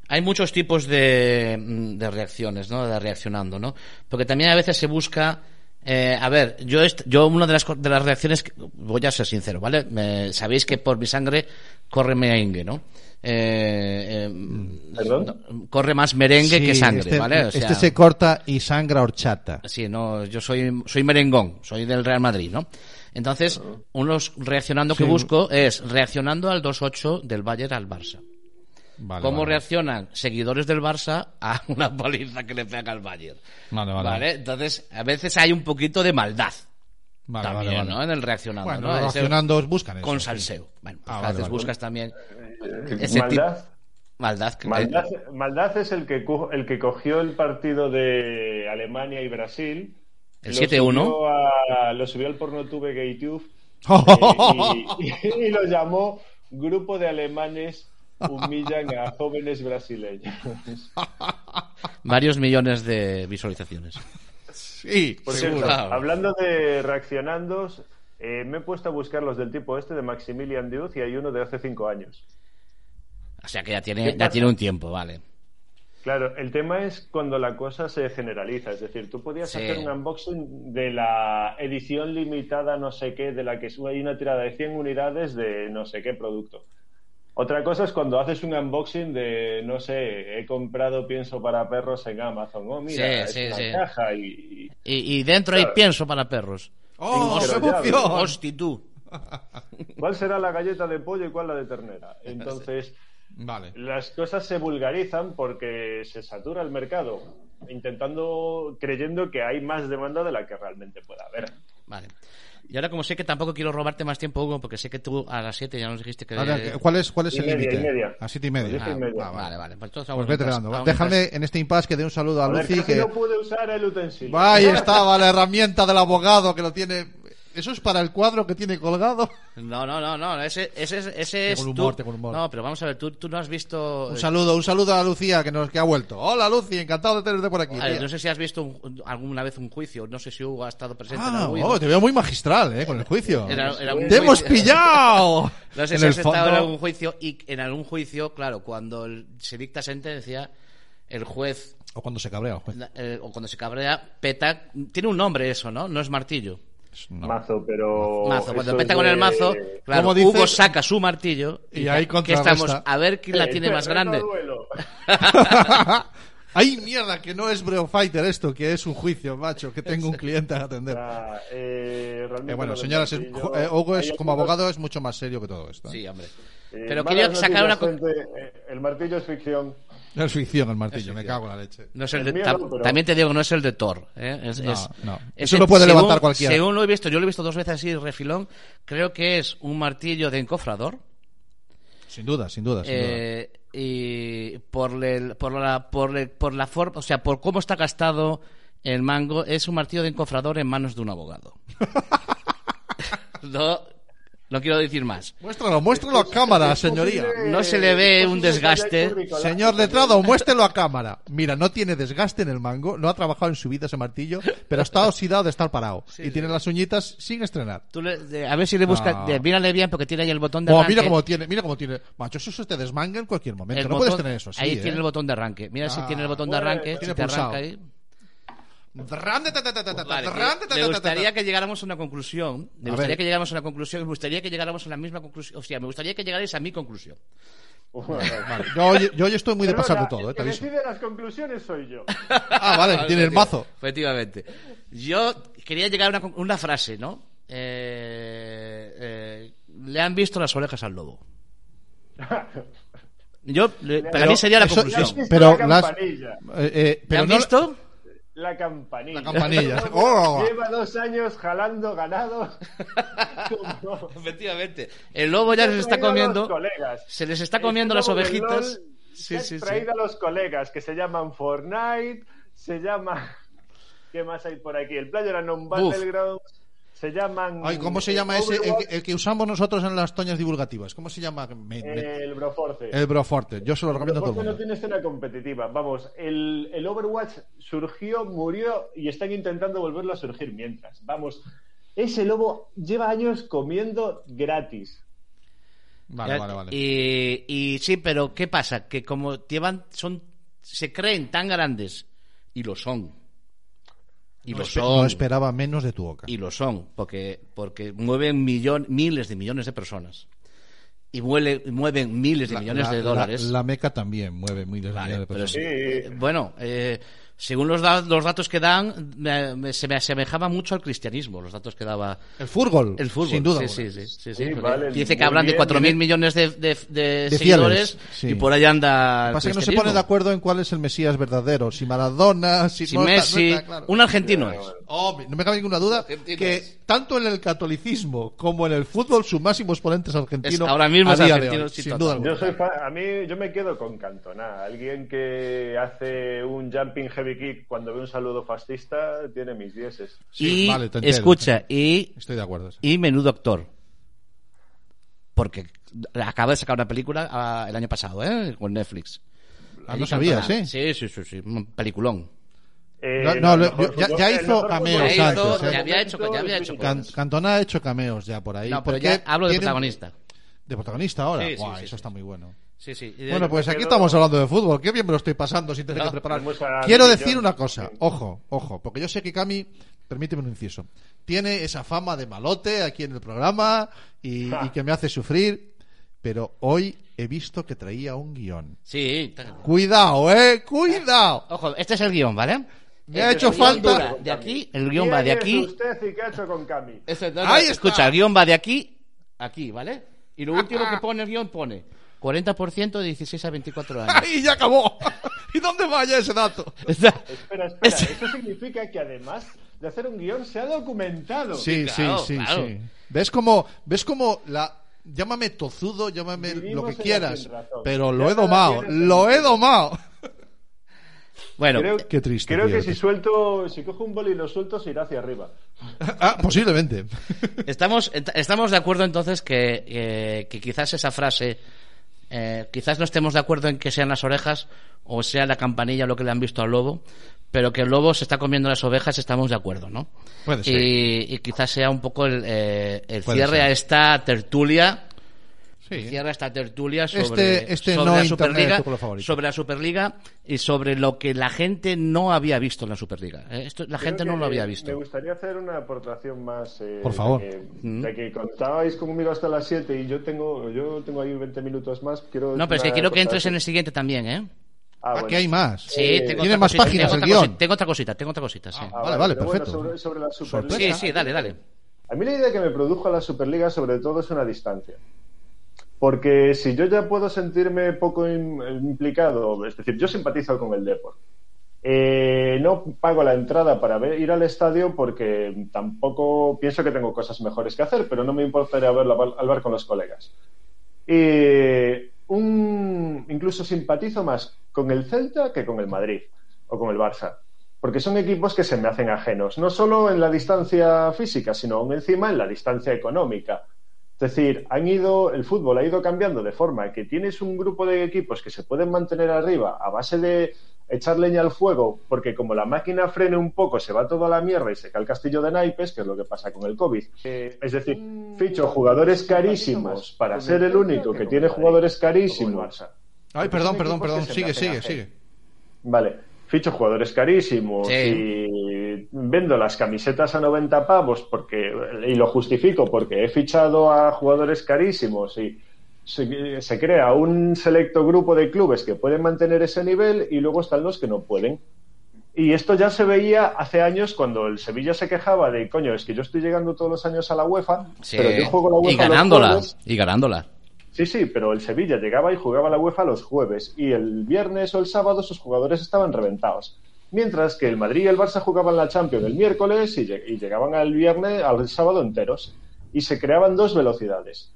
Speaker 2: hay muchos tipos de, mm, de reacciones, ¿no? De reaccionando, ¿no? Porque también a veces se busca... eh, a ver, yo, est- yo una de las, co- de las reacciones, que- voy a ser sincero, ¿vale? Me- sabéis que por mi sangre corre merengue, ¿no? Eh, eh,
Speaker 5: ¿Perdón?
Speaker 2: no, corre más merengue que
Speaker 3: Sí,
Speaker 2: sangre,
Speaker 3: este,
Speaker 2: ¿vale? O
Speaker 3: este
Speaker 2: sea-
Speaker 3: se corta y sangra horchata.
Speaker 2: Sí, no, yo soy, soy merengón, soy del Real Madrid, ¿no? Entonces, unos reaccionando que
Speaker 3: Sí.
Speaker 2: busco es reaccionando al 2-8 del Bayern al Barça.
Speaker 3: Vale,
Speaker 2: ¿Cómo
Speaker 3: vale.
Speaker 2: reaccionan seguidores del Barça a una paliza que le pega al Bayern?
Speaker 3: Vale, vale.
Speaker 2: Entonces, a veces hay un poquito de maldad
Speaker 3: Vale, vale,
Speaker 2: también,
Speaker 3: vale.
Speaker 2: ¿no? En el reaccionando,
Speaker 3: Bueno,
Speaker 2: ¿no? Ese-
Speaker 3: reaccionando os buscan eso.
Speaker 2: con
Speaker 3: sí.
Speaker 2: salseo. Bueno, pues
Speaker 3: Ah,
Speaker 2: a
Speaker 3: vale,
Speaker 2: veces
Speaker 3: vale.
Speaker 2: buscas también Ese eh,
Speaker 5: Eh, Maldad.
Speaker 2: maldad. que-
Speaker 5: Maldad, Maldad es el que, cu- el que cogió el partido de Alemania y Brasil.
Speaker 2: El
Speaker 5: lo
Speaker 2: 7-1.
Speaker 5: subió a- Lo subió al porno tube GayTube
Speaker 3: ¡Oh,
Speaker 5: eh, y, y lo llamó Grupo de Alemanes humillan a jóvenes brasileños.
Speaker 2: Varios millones de visualizaciones.
Speaker 3: Sí,
Speaker 5: Por
Speaker 3: seguro.
Speaker 5: cierto,
Speaker 2: Claro.
Speaker 5: hablando de reaccionandos, eh, me he puesto a buscar los del tipo este de Maximilian Deuce y hay uno de hace cinco años.
Speaker 2: O sea que ya
Speaker 5: ¿Qué
Speaker 2: tiene, ya
Speaker 5: pasa?
Speaker 2: tiene un tiempo, vale.
Speaker 5: Claro, el tema es cuando la cosa se generaliza. Es decir, tú podías
Speaker 2: Sí.
Speaker 5: hacer un unboxing de la edición limitada, no sé qué, de la que sube- hay una tirada de 100 unidades de no sé qué producto. Otra cosa es cuando haces un unboxing de, no sé, he comprado pienso para perros en Amazon. Oh, mira,
Speaker 2: Sí,
Speaker 5: es
Speaker 2: sí,
Speaker 5: una
Speaker 2: sí.
Speaker 5: caja y- y
Speaker 2: Y, y dentro hay pienso para perros.
Speaker 3: ¡Oh,
Speaker 5: Pero
Speaker 3: se
Speaker 5: ya,
Speaker 3: emoción!
Speaker 2: Hosti, tú.
Speaker 5: ¿Cuál será la galleta de pollo y cuál la de ternera? Entonces,
Speaker 3: Vale.
Speaker 5: las cosas se vulgarizan porque se satura el mercado, intentando, creyendo que hay más demanda de la que realmente pueda haber.
Speaker 2: Vale. Y ahora, como sé que tampoco quiero robarte más tiempo, Hugo, porque sé que tú a las 7 ya nos dijiste que.
Speaker 3: Ahora, ¿cuál es, cuál es
Speaker 5: y
Speaker 3: el
Speaker 5: media, y
Speaker 3: límite?
Speaker 5: media.
Speaker 3: A siete y media.
Speaker 5: Pues yo
Speaker 2: Ah,
Speaker 5: estoy medio.
Speaker 2: vale, vale, vale. Pues entonces
Speaker 3: Pues
Speaker 2: vamos
Speaker 3: vete
Speaker 2: mientras-
Speaker 3: dejando.
Speaker 2: vamos mientras-
Speaker 3: Déjame en este impasse que dé un saludo a
Speaker 5: Joder,
Speaker 3: Lucy.
Speaker 5: casi
Speaker 3: Que...
Speaker 5: no pude usar el utensilio.
Speaker 3: Ahí estaba la herramienta del abogado que lo tiene. Eso es para el cuadro que tiene colgado.
Speaker 2: No, no, no, no. Ese, ese, es- ese es.
Speaker 3: Tengo el
Speaker 2: tú-
Speaker 3: humor, tengo el humor.
Speaker 2: No, pero vamos a ver, tú, tú no has visto. eh,
Speaker 3: Un saludo, un saludo a Lucía que nos que ha vuelto. Hola Lucy, encantado de tenerte por aquí.
Speaker 2: A ver,
Speaker 3: tía.
Speaker 2: no sé si has visto un- alguna vez un juicio. No sé si Hugo ha estado presente en
Speaker 3: Ah,
Speaker 2: algún
Speaker 3: oh, te veo muy magistral, eh, con el juicio.
Speaker 2: Era- era un
Speaker 3: ¡Te hemos
Speaker 2: juicio.
Speaker 3: pillado!
Speaker 2: No sé
Speaker 3: En
Speaker 2: si
Speaker 3: el
Speaker 2: has estado en
Speaker 3: fondo-
Speaker 2: algún juicio y en algún juicio, claro, cuando el- se dicta sentencia, el juez
Speaker 3: O cuando se cabrea el juez.
Speaker 2: la- eh, o cuando se cabrea, peta. Tiene un nombre eso, ¿no? No es martillo.
Speaker 3: No.
Speaker 5: Mazo, pero.
Speaker 2: mazo. Cuando
Speaker 5: eso
Speaker 2: peta
Speaker 5: es
Speaker 2: con el
Speaker 5: de-
Speaker 2: mazo, claro,
Speaker 3: ¿Cómo dices?
Speaker 2: Hugo saca su martillo.
Speaker 3: Y ahí
Speaker 2: que
Speaker 3: contrarresta.
Speaker 2: estamos a ver quién la
Speaker 5: Eh,
Speaker 2: tiene más
Speaker 5: terreno
Speaker 2: grande.
Speaker 5: duelo.
Speaker 3: ¡Ay, mierda! Que no es Breo Fighter esto, que es un juicio, macho, que tengo un cliente a atender.
Speaker 5: Ah, eh, realmente
Speaker 3: Eh, bueno,
Speaker 5: lo del
Speaker 3: señoras, es-
Speaker 5: martillo-
Speaker 3: eh, Hugo
Speaker 5: hay
Speaker 3: es, como
Speaker 5: algunos-
Speaker 3: abogado es mucho más serio que todo esto. ¿eh?
Speaker 2: Sí, hombre.
Speaker 5: eh,
Speaker 2: Pero
Speaker 5: malas
Speaker 2: quería sacar una
Speaker 5: noticias,
Speaker 2: cosa.
Speaker 5: gente, eh, El martillo es ficción.
Speaker 3: No Es ficción el martillo, me cago en la leche.
Speaker 2: No es el
Speaker 5: El
Speaker 2: de-
Speaker 5: mío
Speaker 2: tam-
Speaker 5: no, pero-
Speaker 2: También te digo, no es el de Thor. ¿eh? Es-
Speaker 3: No,
Speaker 2: es-
Speaker 3: no.
Speaker 2: es
Speaker 3: Eso
Speaker 2: el-
Speaker 3: lo puede
Speaker 2: según-
Speaker 3: levantar cualquiera.
Speaker 2: Según lo he visto, yo lo he visto dos veces así, refilón. Creo que es un martillo de encofrador.
Speaker 3: Sin duda, sin duda, sin
Speaker 2: eh, y por, el- por la, por, el- por la forma, o sea, por cómo está gastado el mango, es un martillo de encofrador en manos de un abogado. no, no quiero decir más.
Speaker 3: duda. Muéstralo, muéstralo a cámara,
Speaker 5: Es posible-
Speaker 3: señoría.
Speaker 2: No se le ve
Speaker 5: es
Speaker 2: un
Speaker 5: posible que haya
Speaker 2: desgaste.
Speaker 5: currículum.
Speaker 3: Señor letrado, muéstrelo a cámara. Mira, no tiene desgaste en el mango, no ha trabajado en su vida ese martillo, pero está oxidado de estar parado. y tiene las uñitas sin estrenar.
Speaker 2: Tú le- de- a ver si le buscas.
Speaker 3: No.
Speaker 2: de- mírale bien porque tiene ahí el botón de
Speaker 3: Oh,
Speaker 2: arranque.
Speaker 3: mira cómo tiene, mira cómo tiene. Macho, eso se te desmanga en cualquier momento.
Speaker 2: El
Speaker 3: no
Speaker 2: botón-
Speaker 3: puedes tener eso. así,
Speaker 2: ahí
Speaker 3: ¿eh?
Speaker 2: tiene el botón de arranque. Mira si
Speaker 3: Ah,
Speaker 2: tiene el botón de
Speaker 5: bueno,
Speaker 2: arranque.
Speaker 3: tiene
Speaker 2: si te
Speaker 3: pulsado.
Speaker 2: arranca ahí.
Speaker 3: Dran, ta, ta, ta, ta, ta, ta,
Speaker 2: Pues Vale,
Speaker 3: dran,
Speaker 2: que-
Speaker 3: ta, ta,
Speaker 2: me
Speaker 3: ta, ta,
Speaker 2: gustaría
Speaker 3: ta.
Speaker 2: que llegáramos a una conclusión. Me
Speaker 3: A
Speaker 2: gustaría
Speaker 3: ver.
Speaker 2: que llegáramos a una conclusión. Me gustaría que llegáramos a la misma conclusión. O sea, me gustaría que llegarais a mi conclusión.
Speaker 3: Vale, yo, hoy- yo hoy estoy muy de
Speaker 5: Perdona,
Speaker 3: pasar de todo, eh, te
Speaker 5: el que
Speaker 3: aviso.
Speaker 5: decide las conclusiones soy yo.
Speaker 3: Ah, vale, que tiene el mazo.
Speaker 2: Efectivamente. Yo quería llegar a una, con- una frase, ¿no? Eh, eh, le han visto las orejas al lobo. Yo, le- para
Speaker 3: Pero
Speaker 2: mí sería la
Speaker 3: eso-
Speaker 2: conclusión.
Speaker 3: eso- eh,
Speaker 5: visto
Speaker 3: pero
Speaker 5: la
Speaker 3: las-
Speaker 5: campanilla.
Speaker 3: eh, eh,
Speaker 2: ¿Le
Speaker 3: pero
Speaker 2: han
Speaker 3: no-
Speaker 2: visto?
Speaker 5: La campanilla.
Speaker 3: La campanilla. ¡Oh!
Speaker 5: Lleva dos años jalando ganado. Como-
Speaker 2: Efectivamente. El lobo ya
Speaker 5: Te
Speaker 2: se
Speaker 5: has
Speaker 2: está
Speaker 5: traído a los
Speaker 2: comiendo.
Speaker 5: colegas.
Speaker 2: Se les está
Speaker 5: El
Speaker 2: comiendo las
Speaker 5: juego del
Speaker 2: ovejitas.
Speaker 5: LOL
Speaker 2: Sí,
Speaker 5: te has
Speaker 2: sí, sí.
Speaker 5: traído a los colegas que se llaman Fortnite, se llama. ¿Qué más hay por aquí? El Player Unknown Battlegrounds. Se llaman.
Speaker 3: Ay, ¿Cómo se
Speaker 5: eh,
Speaker 3: llama ese? El,
Speaker 5: Overwatch,
Speaker 3: que- el que usamos nosotros en las toñas divulgativas. ¿Cómo se llama? Me- me-
Speaker 5: El Broforce.
Speaker 3: el Broforte. Yo se lo recomiendo a todo el
Speaker 5: Broforce no
Speaker 3: mundo.
Speaker 5: tiene escena competitiva. Vamos, el, el Overwatch surgió, murió y están intentando volverlo a surgir mientras. Vamos, ese lobo lleva años comiendo gratis.
Speaker 3: Vale, vale, vale.
Speaker 2: Y, y sí, pero ¿qué pasa? Que como llevan, son, se creen tan grandes y lo son. Y
Speaker 3: no,
Speaker 2: lo
Speaker 3: espe-
Speaker 2: son.
Speaker 3: no esperaba menos de tu boca.
Speaker 2: Y lo son, porque, porque mueven millón, miles de millones de personas. Y muele- mueven miles pues de
Speaker 3: La-
Speaker 2: millones
Speaker 3: la-
Speaker 2: de
Speaker 3: la-
Speaker 2: dólares.
Speaker 3: La, meca también mueve muy de
Speaker 2: Vale,
Speaker 3: millones de
Speaker 2: pero
Speaker 3: personas.
Speaker 2: sí, eh, bueno, eh, según los, da- los datos que dan, me- me- se me asemejaba mucho al cristianismo, los datos que daba
Speaker 3: El fútbol,
Speaker 2: el fútbol.
Speaker 3: sin duda.
Speaker 2: Sí,
Speaker 3: alguna.
Speaker 2: sí, sí, sí, sí,
Speaker 5: Sí,
Speaker 2: porque
Speaker 5: vale,
Speaker 2: dice que
Speaker 5: muy
Speaker 2: hablan de
Speaker 5: bien,
Speaker 2: 4.000
Speaker 5: muy bien.
Speaker 2: millones de, de- de
Speaker 3: De
Speaker 2: seguidores
Speaker 3: fieles, sí.
Speaker 2: y por ahí anda. el
Speaker 3: Lo que pasa es que no se
Speaker 2: cristianismo.
Speaker 3: pone de acuerdo en cuál es el Mesías verdadero, si Maradona, si,
Speaker 2: Si
Speaker 3: no está- no
Speaker 2: Messi,
Speaker 3: está claro.
Speaker 2: un argentino es.
Speaker 3: Hombre, no me cabe ninguna duda
Speaker 2: Argentino
Speaker 3: que
Speaker 2: es.
Speaker 3: tanto en el catolicismo como en el fútbol su máximo exponente es argentino.
Speaker 2: Es- ahora mismo
Speaker 3: a
Speaker 2: es
Speaker 3: día de
Speaker 2: argentino,
Speaker 3: hoy,
Speaker 2: sí,
Speaker 3: sin
Speaker 2: total.
Speaker 3: duda
Speaker 5: Yo
Speaker 3: alguna.
Speaker 5: soy fa- a mí yo me quedo con Cantona. Alguien que hace un jumping heavy kick cuando ve un saludo fascista tiene mis dieces.
Speaker 3: Sí,
Speaker 2: y
Speaker 3: vale, te entiendo.
Speaker 2: escucha, y,
Speaker 3: Estoy de acuerdo.
Speaker 2: y menudo actor. Porque acaba de sacar una película ah, el año pasado, ¿eh? Con Netflix.
Speaker 3: Ah,
Speaker 2: Ahí canta-
Speaker 3: no sabías, ¿eh?
Speaker 2: Sí, sí, sí, sí, un peliculón.
Speaker 5: Eh,
Speaker 3: No, no,
Speaker 5: el
Speaker 3: lo-
Speaker 5: mejor
Speaker 3: yo- ya-
Speaker 5: fútbol-
Speaker 3: ya
Speaker 5: el
Speaker 3: hizo ¿eh?
Speaker 5: mejor
Speaker 3: cameos
Speaker 5: futbolista
Speaker 3: antes,
Speaker 5: del
Speaker 3: Ya hizo- ya
Speaker 2: había
Speaker 5: momento
Speaker 2: hecho- ya había
Speaker 5: es
Speaker 2: hecho
Speaker 5: Vinicius.
Speaker 3: Can- Cantona ha hecho cameos ya por ahí.
Speaker 2: No, pero
Speaker 3: porque
Speaker 2: ya hablo de
Speaker 3: tiene-
Speaker 2: protagonista.
Speaker 3: De protagonista ahora.
Speaker 2: Sí, sí,
Speaker 3: Guau,
Speaker 2: sí,
Speaker 3: eso
Speaker 2: sí.
Speaker 3: está muy bueno.
Speaker 2: Sí, sí.
Speaker 3: Bueno, pues aquí
Speaker 5: pero-
Speaker 3: estamos hablando de fútbol. Qué bien me lo estoy pasando sin tener que preparar.
Speaker 5: vamos a-
Speaker 3: Quiero
Speaker 5: yo-
Speaker 3: decir una cosa. Ojo, ojo. Porque yo sé que Cami, permíteme un inciso, tiene esa fama de malote aquí en el programa y, y que me hace sufrir. Pero hoy he visto que traía un guión.
Speaker 2: Sí.
Speaker 3: Cuidado, eh. Cuidado.
Speaker 2: Ojo, este es el guión, ¿vale? Este
Speaker 3: Me ha
Speaker 5: Eh,
Speaker 3: hecho
Speaker 5: pero guión
Speaker 3: falta.
Speaker 5: dura.
Speaker 2: De aquí, el guión va de
Speaker 5: ¿Quién es
Speaker 2: aquí.
Speaker 5: usted y qué ha hecho con Cami?
Speaker 2: Ese- no, no,
Speaker 3: Ahí está.
Speaker 2: Escucha, el guión va de aquí, aquí, ¿vale? Y
Speaker 3: Ah,
Speaker 2: lo último que pone el guión pone 40% de 16 a 24 años.
Speaker 3: ¡Ay, ya acabó! ¿Y dónde vaya ese dato?
Speaker 2: Está-
Speaker 5: Espera, espera.
Speaker 3: eh.
Speaker 2: Es-
Speaker 5: Eso significa que además de hacer un guión se ha documentado.
Speaker 3: Sí,
Speaker 2: claro,
Speaker 3: sí, sí,
Speaker 2: claro.
Speaker 3: sí. ¿Ves como, ves como la llámame tozudo, llámame lo
Speaker 5: Vivimos
Speaker 3: que
Speaker 5: en la
Speaker 3: quieras,
Speaker 5: sinrazón.
Speaker 3: pero lo
Speaker 5: Ya
Speaker 3: he
Speaker 5: cada
Speaker 3: domado,
Speaker 5: quien es
Speaker 3: lo he domado.
Speaker 2: Bueno,
Speaker 5: Creo,
Speaker 3: Qué triste,
Speaker 5: Creo
Speaker 3: tío,
Speaker 5: que
Speaker 3: qué-
Speaker 5: si suelto, si cojo un boli y lo suelto, se irá hacia arriba.
Speaker 3: Ah, posiblemente.
Speaker 2: estamos, ent- estamos de acuerdo entonces que, eh, que quizás esa frase, eh, quizás no estemos de acuerdo en que sean las orejas o sea la campanilla lo que le han visto al lobo, pero que el lobo se está comiendo las ovejas, estamos de acuerdo, ¿no?
Speaker 3: Puede ser.
Speaker 2: Y, y quizás sea un poco el, eh, el
Speaker 3: Puede
Speaker 2: cierre
Speaker 3: ser.
Speaker 2: a esta tertulia.
Speaker 3: Sí.
Speaker 2: cierra esta tertulia sobre,
Speaker 3: Este- este
Speaker 2: sobre
Speaker 3: no
Speaker 2: la
Speaker 3: internet es
Speaker 2: Superliga,
Speaker 3: tu color favorito.
Speaker 2: sobre la Superliga y sobre lo que la gente no había visto en la Superliga. Eh, Esto la gente
Speaker 5: Creo
Speaker 2: no
Speaker 5: que
Speaker 2: lo había
Speaker 5: Me
Speaker 2: visto.
Speaker 5: gustaría hacer una aportación más. eh,
Speaker 3: Por favor.
Speaker 5: Ya que,
Speaker 2: Mm.
Speaker 5: ya que contabais conmigo hasta las 7 y yo tengo, yo tengo ahí 20 minutos más. Quiero
Speaker 2: No, pero es que
Speaker 5: una
Speaker 2: quiero que entres en el
Speaker 5: aportación.
Speaker 2: siguiente también, ¿eh?
Speaker 5: Ah,
Speaker 3: Aquí
Speaker 5: bueno.
Speaker 3: hay más.
Speaker 2: Sí,
Speaker 5: Eh,
Speaker 2: tengo
Speaker 3: tiene
Speaker 2: otra
Speaker 3: más
Speaker 2: cosita,
Speaker 3: páginas
Speaker 2: tengo
Speaker 3: el
Speaker 2: otra
Speaker 3: guión.
Speaker 2: cosi- Tengo otra cosita, tengo otra cosita, sí.
Speaker 5: Ah,
Speaker 3: Vale, vale,
Speaker 5: pero
Speaker 3: perfecto.
Speaker 5: Bueno, sobre, sobre la Superliga.
Speaker 3: Sorpresa.
Speaker 2: sí, sí, dale, dale.
Speaker 5: A mí la idea que me produjo la Superliga sobre todo es una distancia. Porque si yo ya puedo sentirme poco im- implicado, es decir, yo simpatizo con el deporte. no pago la entrada para ver- ir al estadio porque tampoco pienso que tengo cosas mejores que hacer, pero no me importaría verlo al bar- al bar con los colegas. Eh, un, incluso simpatizo más con el Celta que con el Madrid o con el Barça. Porque son equipos que se me hacen ajenos, no solo en la distancia física, sino aún encima en la distancia económica. Es decir, han ido, el fútbol ha ido cambiando de forma que tienes un grupo de equipos que se pueden mantener arriba a base de echar leña al fuego, porque como la máquina frene un poco, se va toda la mierda y se cae el castillo de naipes, que es lo que pasa con el COVID. es decir, ficho jugadores carísimos para ser el único que tiene jugadores carísimos.
Speaker 3: Ay, perdón, perdón,
Speaker 5: equipos
Speaker 3: perdón.
Speaker 5: que se me
Speaker 3: Sigue,
Speaker 5: hacen
Speaker 3: sigue,
Speaker 5: hacer.
Speaker 3: sigue.
Speaker 5: Vale, ficho jugadores carísimos
Speaker 2: Sí.
Speaker 5: y vendo las camisetas a 90 pavos porque y lo justifico porque he fichado a jugadores carísimos y se, se crea un selecto grupo de clubes que pueden mantener ese nivel y luego están los que no pueden. Y esto ya se veía hace años cuando el Sevilla se quejaba de, coño, es que yo estoy llegando todos los años a la UEFA,
Speaker 2: Sí.
Speaker 5: pero yo juego la UEFA
Speaker 2: Y
Speaker 5: los
Speaker 2: ganándola,
Speaker 5: jueves".
Speaker 2: y ganándola.
Speaker 5: Sí, sí, pero el Sevilla llegaba y jugaba a la UEFA los jueves y el viernes o el sábado sus jugadores estaban reventados. Mientras que el Madrid y el Barça jugaban la Champions el miércoles y, lleg- y llegaban al viernes, al sábado enteros. Y se creaban dos velocidades.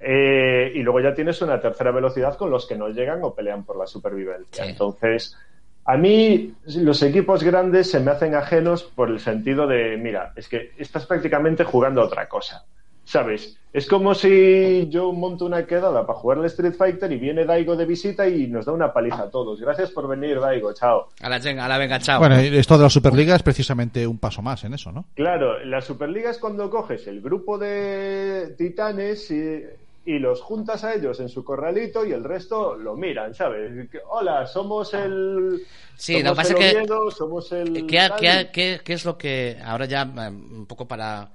Speaker 5: Eh, y luego ya tienes una tercera velocidad con los que no llegan o pelean por la supervivencia.
Speaker 2: Sí.
Speaker 5: Entonces, a mí los equipos grandes se me hacen ajenos por el sentido de, mira, es que estás prácticamente jugando a otra cosa. ¿Sabes? Es como si yo monto una quedada para jugar al Street Fighter y viene Daigo de visita y nos da una paliza a todos. Gracias por venir, Daigo. Chao.
Speaker 2: A la, chenga, a la venga, chao. Eh,
Speaker 3: Bueno, y esto de la Superliga es precisamente un paso más en eso, ¿no?
Speaker 5: Claro, la Superliga es cuando coges el grupo de titanes y, y los juntas a ellos en su corralito y el resto lo miran, ¿sabes? Que, Hola, somos el.
Speaker 2: Sí, lo que
Speaker 5: somos
Speaker 2: pasa es
Speaker 5: el
Speaker 2: que- Eh,
Speaker 5: Oviedo, somos el.
Speaker 2: ¿Qué,
Speaker 5: tal.
Speaker 2: qué- qué- qué es lo que ahora ya mm, un poco para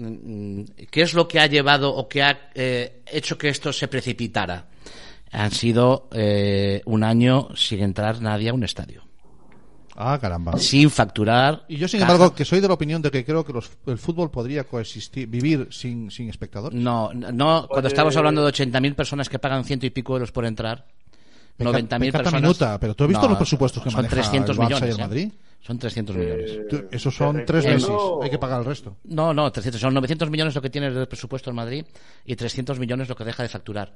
Speaker 2: mm, qué es lo que ha llevado o que ha eh, hecho que esto se precipitara? Han sido eh, un año sin entrar nadie a un estadio,
Speaker 3: Ah, caramba.
Speaker 2: sin facturar.
Speaker 3: Y yo, sin
Speaker 2: caja.
Speaker 3: embargo, que soy de la opinión de que creo que los- el fútbol podría coexistir, vivir sin, sin espectadores.
Speaker 2: no, no, cuando estamos hablando de 80.000 personas que pagan ciento y pico euros por entrar,
Speaker 3: Me
Speaker 2: 90.000
Speaker 3: encanta
Speaker 2: personas.
Speaker 3: Minuta, pero ¿tú has visto los presupuestos que
Speaker 2: son
Speaker 3: maneja el
Speaker 2: 300
Speaker 3: Barça y
Speaker 2: millones,
Speaker 3: el
Speaker 2: ¿eh?
Speaker 3: Madrid?
Speaker 2: Son 300 millones.
Speaker 3: Tú- Esos son
Speaker 5: Te
Speaker 3: tres meses.
Speaker 5: recuerdo-
Speaker 3: Hay que pagar el resto.
Speaker 2: No, no, 300, son 900 millones lo que tiene de presupuesto en Madrid y 300 millones lo que deja de facturar.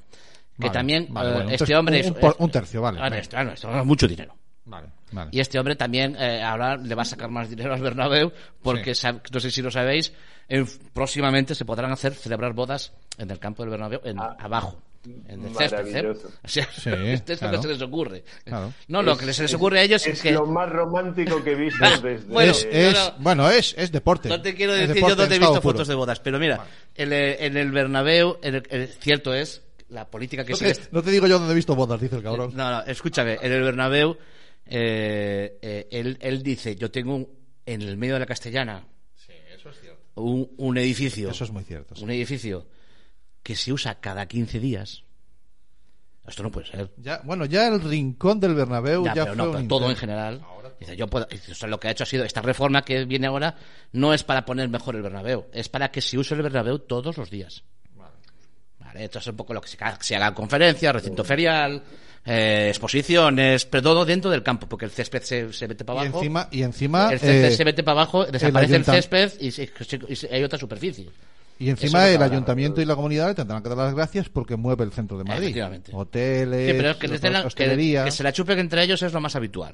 Speaker 2: Que
Speaker 3: Vale,
Speaker 2: también
Speaker 3: vale,
Speaker 2: eh,
Speaker 3: bueno, un
Speaker 2: este
Speaker 3: tercio-
Speaker 2: hombre es
Speaker 3: un por- un tercio, vale.
Speaker 2: Ahora, esto, ah, no, esto es mucho dinero.
Speaker 3: Vale, vale.
Speaker 2: Y este hombre también eh, ahora le va a sacar más dinero al Bernabéu porque sab- no sé si lo sabéis, en- próximamente se podrán hacer celebrar bodas en el campo del Bernabéu en, abajo. En el césped, ¿eh?
Speaker 5: maravilloso.
Speaker 2: O sea,
Speaker 3: Ah, Sí,
Speaker 2: esto es lo
Speaker 3: claro.
Speaker 2: que se les ocurre.
Speaker 3: Claro.
Speaker 2: No, lo que se les ocurre a ellos es,
Speaker 5: Es
Speaker 2: que
Speaker 5: lo más romántico que he visto desde.
Speaker 2: Bueno,
Speaker 3: es,
Speaker 2: yo
Speaker 3: es-
Speaker 2: no-
Speaker 3: bueno, es, es deporte.
Speaker 2: No te quiero
Speaker 3: Es
Speaker 2: decir
Speaker 3: deporte
Speaker 2: yo dónde he
Speaker 3: en
Speaker 2: visto
Speaker 3: estado puro.
Speaker 2: fotos de bodas, pero mira, el, eh, en el Bernabéu, en el- el- cierto es, la política que
Speaker 3: No
Speaker 2: sigue...
Speaker 3: te, no te digo yo dónde he visto bodas, dice el
Speaker 2: Eh, No,
Speaker 3: cabrón.
Speaker 2: no, escúchame, en el Bernabéu, eh, eh, él, él dice, yo tengo un- en el medio de la Castellana un, un edificio,
Speaker 3: Eso es muy cierto. sí.
Speaker 2: un edificio que se usa cada 15 días. Esto no puede ser.
Speaker 3: Ya, bueno, ya el rincón del Bernabéu ya,
Speaker 2: Ya, pero
Speaker 3: fue
Speaker 2: no,
Speaker 3: un
Speaker 2: pero todo en
Speaker 3: intento.
Speaker 2: general. Dice, yo puedo- dice, o sea, lo que ha hecho ha sido esta reforma que viene ahora no es para poner mejor el Bernabéu, es para que se use el Bernabéu todos los días. Vale, esto es un poco lo que se, ca- se haga conferencias, recinto ferial, eh, exposiciones, pero todo dentro del campo, porque el césped se, se mete para
Speaker 3: Y
Speaker 2: abajo.
Speaker 3: encima, y encima,
Speaker 2: el césped
Speaker 3: eh,
Speaker 2: se mete para abajo, desaparece el,
Speaker 3: ayuntam-
Speaker 2: césped y, se- se- y se- hay otra superficie.
Speaker 3: y
Speaker 2: Eso
Speaker 3: encima
Speaker 2: no
Speaker 3: el
Speaker 2: está
Speaker 3: ayuntamiento y la comunidad le tendrán que dar las gracias porque mueve el centro de Madrid.
Speaker 2: Efectivamente.
Speaker 3: Hoteles,
Speaker 2: Sí, pero es que, les den la- que-
Speaker 3: Eh, hostelería.
Speaker 2: que se la chupen entre ellos es lo más habitual.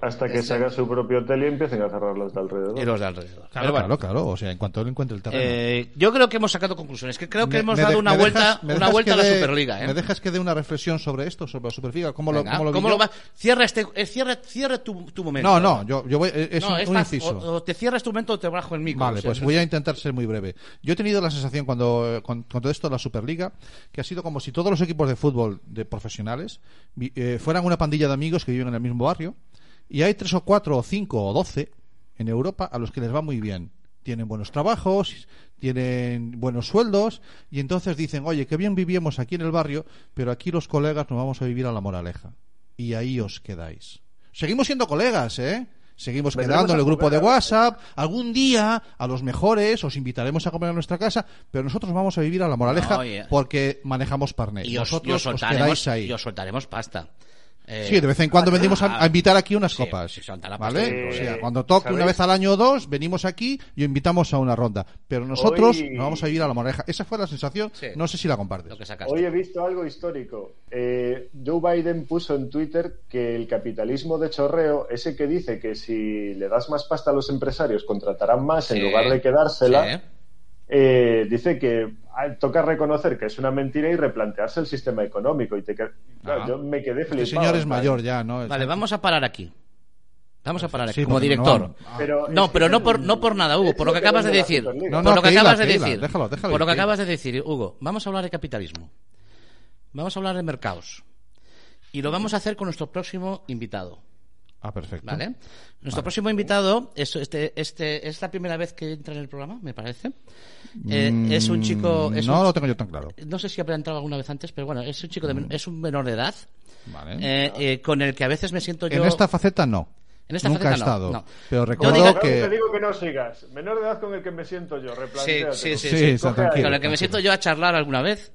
Speaker 5: Hasta que se haga su propio hotel y empiecen a cerrar los de alrededor.
Speaker 2: Y los de alrededor.
Speaker 3: Claro,
Speaker 2: Pero bueno,
Speaker 3: claro, claro. O sea, en cuanto él encuentre el terreno.
Speaker 2: Eh, yo creo que hemos sacado conclusiones. Que creo que
Speaker 3: Me-
Speaker 2: hemos
Speaker 3: me
Speaker 2: dado
Speaker 3: de-
Speaker 2: una
Speaker 3: me
Speaker 2: vuelta,
Speaker 3: dejas- me
Speaker 2: una
Speaker 3: dejas
Speaker 2: vuelta a
Speaker 3: que
Speaker 2: la
Speaker 3: dé-
Speaker 2: Superliga. ¿eh?
Speaker 3: ¿Me dejas que dé una reflexión sobre esto, sobre la Superliga? ¿Cómo lo,
Speaker 2: Venga,
Speaker 3: cómo lo vi
Speaker 2: ¿cómo
Speaker 3: yo?
Speaker 2: lo vas? Cierra, este, eh, cierra, cierra tu, tu momento.
Speaker 3: No, no, yo, yo voy, eh, es
Speaker 2: No,
Speaker 3: un,
Speaker 2: es
Speaker 3: un
Speaker 2: fácil.
Speaker 3: inciso.
Speaker 2: O, o te cierras tu momento o te bajo el micro.
Speaker 3: Vale,
Speaker 2: O sea,
Speaker 3: pues voy a intentar ser muy breve. Yo he tenido la sensación cuando eh, con, con todo esto de la Superliga que ha sido como si todos los equipos de fútbol de profesionales vi- eh, fueran una pandilla de amigos que viven en el mismo barrio y hay tres o cuatro o cinco o doce en Europa a los que les va muy bien. Tienen buenos trabajos, tienen buenos sueldos y entonces dicen, oye, qué bien vivíamos aquí en el barrio, pero aquí los colegas nos vamos a vivir a la moraleja. Y ahí os quedáis. Seguimos siendo colegas, ¿eh? Seguimos
Speaker 5: Vendremos
Speaker 3: quedando en
Speaker 5: a
Speaker 3: el grupo de
Speaker 5: jugar.
Speaker 3: WhatsApp. WhatsApp, algún día a los mejores os invitaremos a comer a nuestra casa, pero nosotros vamos a vivir a la moraleja
Speaker 2: No, oye.
Speaker 3: porque manejamos Parnet.
Speaker 2: y os, y os
Speaker 3: Vosotros os
Speaker 2: soltaremos,
Speaker 3: quedáis ahí.
Speaker 2: y os soltaremos pasta. Eh,
Speaker 3: Sí, de vez en cuando venimos a, a invitar aquí unas
Speaker 2: Sí,
Speaker 3: copas.
Speaker 2: sí, soltará
Speaker 3: ¿Vale?
Speaker 5: pasta.
Speaker 3: o sea, cuando toque una
Speaker 5: ¿Sabéis?
Speaker 3: vez al año o dos, venimos aquí y invitamos a una ronda. Pero nosotros
Speaker 5: Hoy-
Speaker 3: nos vamos a vivir a la moraleja. Esa fue la sensación.
Speaker 2: Sí.
Speaker 3: No sé si la compartes.
Speaker 2: lo que sacaste.
Speaker 5: Hoy he visto algo histórico. Eh, Joe Biden puso en Twitter que el capitalismo de chorreo, ese que dice que si le das más pasta a los empresarios contratarán más
Speaker 2: Sí.
Speaker 5: en lugar de quedársela,
Speaker 2: Sí.
Speaker 5: eh, dice que ah, toca reconocer que es una mentira y replantearse el sistema económico. Y te que- claro,
Speaker 2: Ajá.
Speaker 5: yo me quedé
Speaker 3: El
Speaker 5: flipado.
Speaker 3: Este señor es
Speaker 5: ¿sabes?
Speaker 3: mayor ya, ¿no?
Speaker 2: Vale, vamos a parar aquí. Vamos a parar aquí
Speaker 3: Sí,
Speaker 2: como
Speaker 3: porque no
Speaker 2: director.
Speaker 3: vamos.
Speaker 2: No,
Speaker 5: es
Speaker 2: pero
Speaker 5: que
Speaker 2: no por, no por nada, Hugo,
Speaker 5: es
Speaker 2: por lo que acabas de
Speaker 5: vende la
Speaker 2: decir.
Speaker 5: Superliga.
Speaker 3: No,
Speaker 2: por lo que
Speaker 3: que
Speaker 2: acabas
Speaker 3: hila,
Speaker 2: de
Speaker 3: que hila,
Speaker 2: decir.
Speaker 3: déjalo, déjalo
Speaker 2: por lo que
Speaker 3: que hila.
Speaker 2: acabas de decir, Hugo, vamos a hablar de capitalismo. Vamos a hablar de mercados. Y lo vamos a hacer con nuestro próximo invitado,
Speaker 3: Ah, perfecto.
Speaker 2: ¿vale? Nuestro próximo invitado es, este, este, es la primera vez que entra en el programa, me parece. Eh, es un chico... Es
Speaker 3: Mm, no
Speaker 2: un
Speaker 3: lo Mm.
Speaker 2: chi-
Speaker 3: tengo yo tan claro.
Speaker 2: no sé si habrá entrado alguna vez antes, pero bueno, es un chico de, men- es un menor de edad
Speaker 3: Vale.
Speaker 2: eh, eh, con el que a veces me siento yo...
Speaker 3: En esta faceta no.
Speaker 2: En esta
Speaker 3: Nunca
Speaker 2: faceta
Speaker 3: he
Speaker 2: no,
Speaker 3: estado.
Speaker 2: no.
Speaker 3: Pero
Speaker 2: Yo
Speaker 3: recuerdo
Speaker 2: digo-
Speaker 5: Claro,
Speaker 3: que.
Speaker 5: te digo que no sigas. Menor de edad con el que me siento yo. replantéatelo.
Speaker 2: Sí, sí,
Speaker 3: Sí, está
Speaker 5: Coge ahí.
Speaker 3: tranquilo.
Speaker 2: con el que me siento yo a charlar alguna vez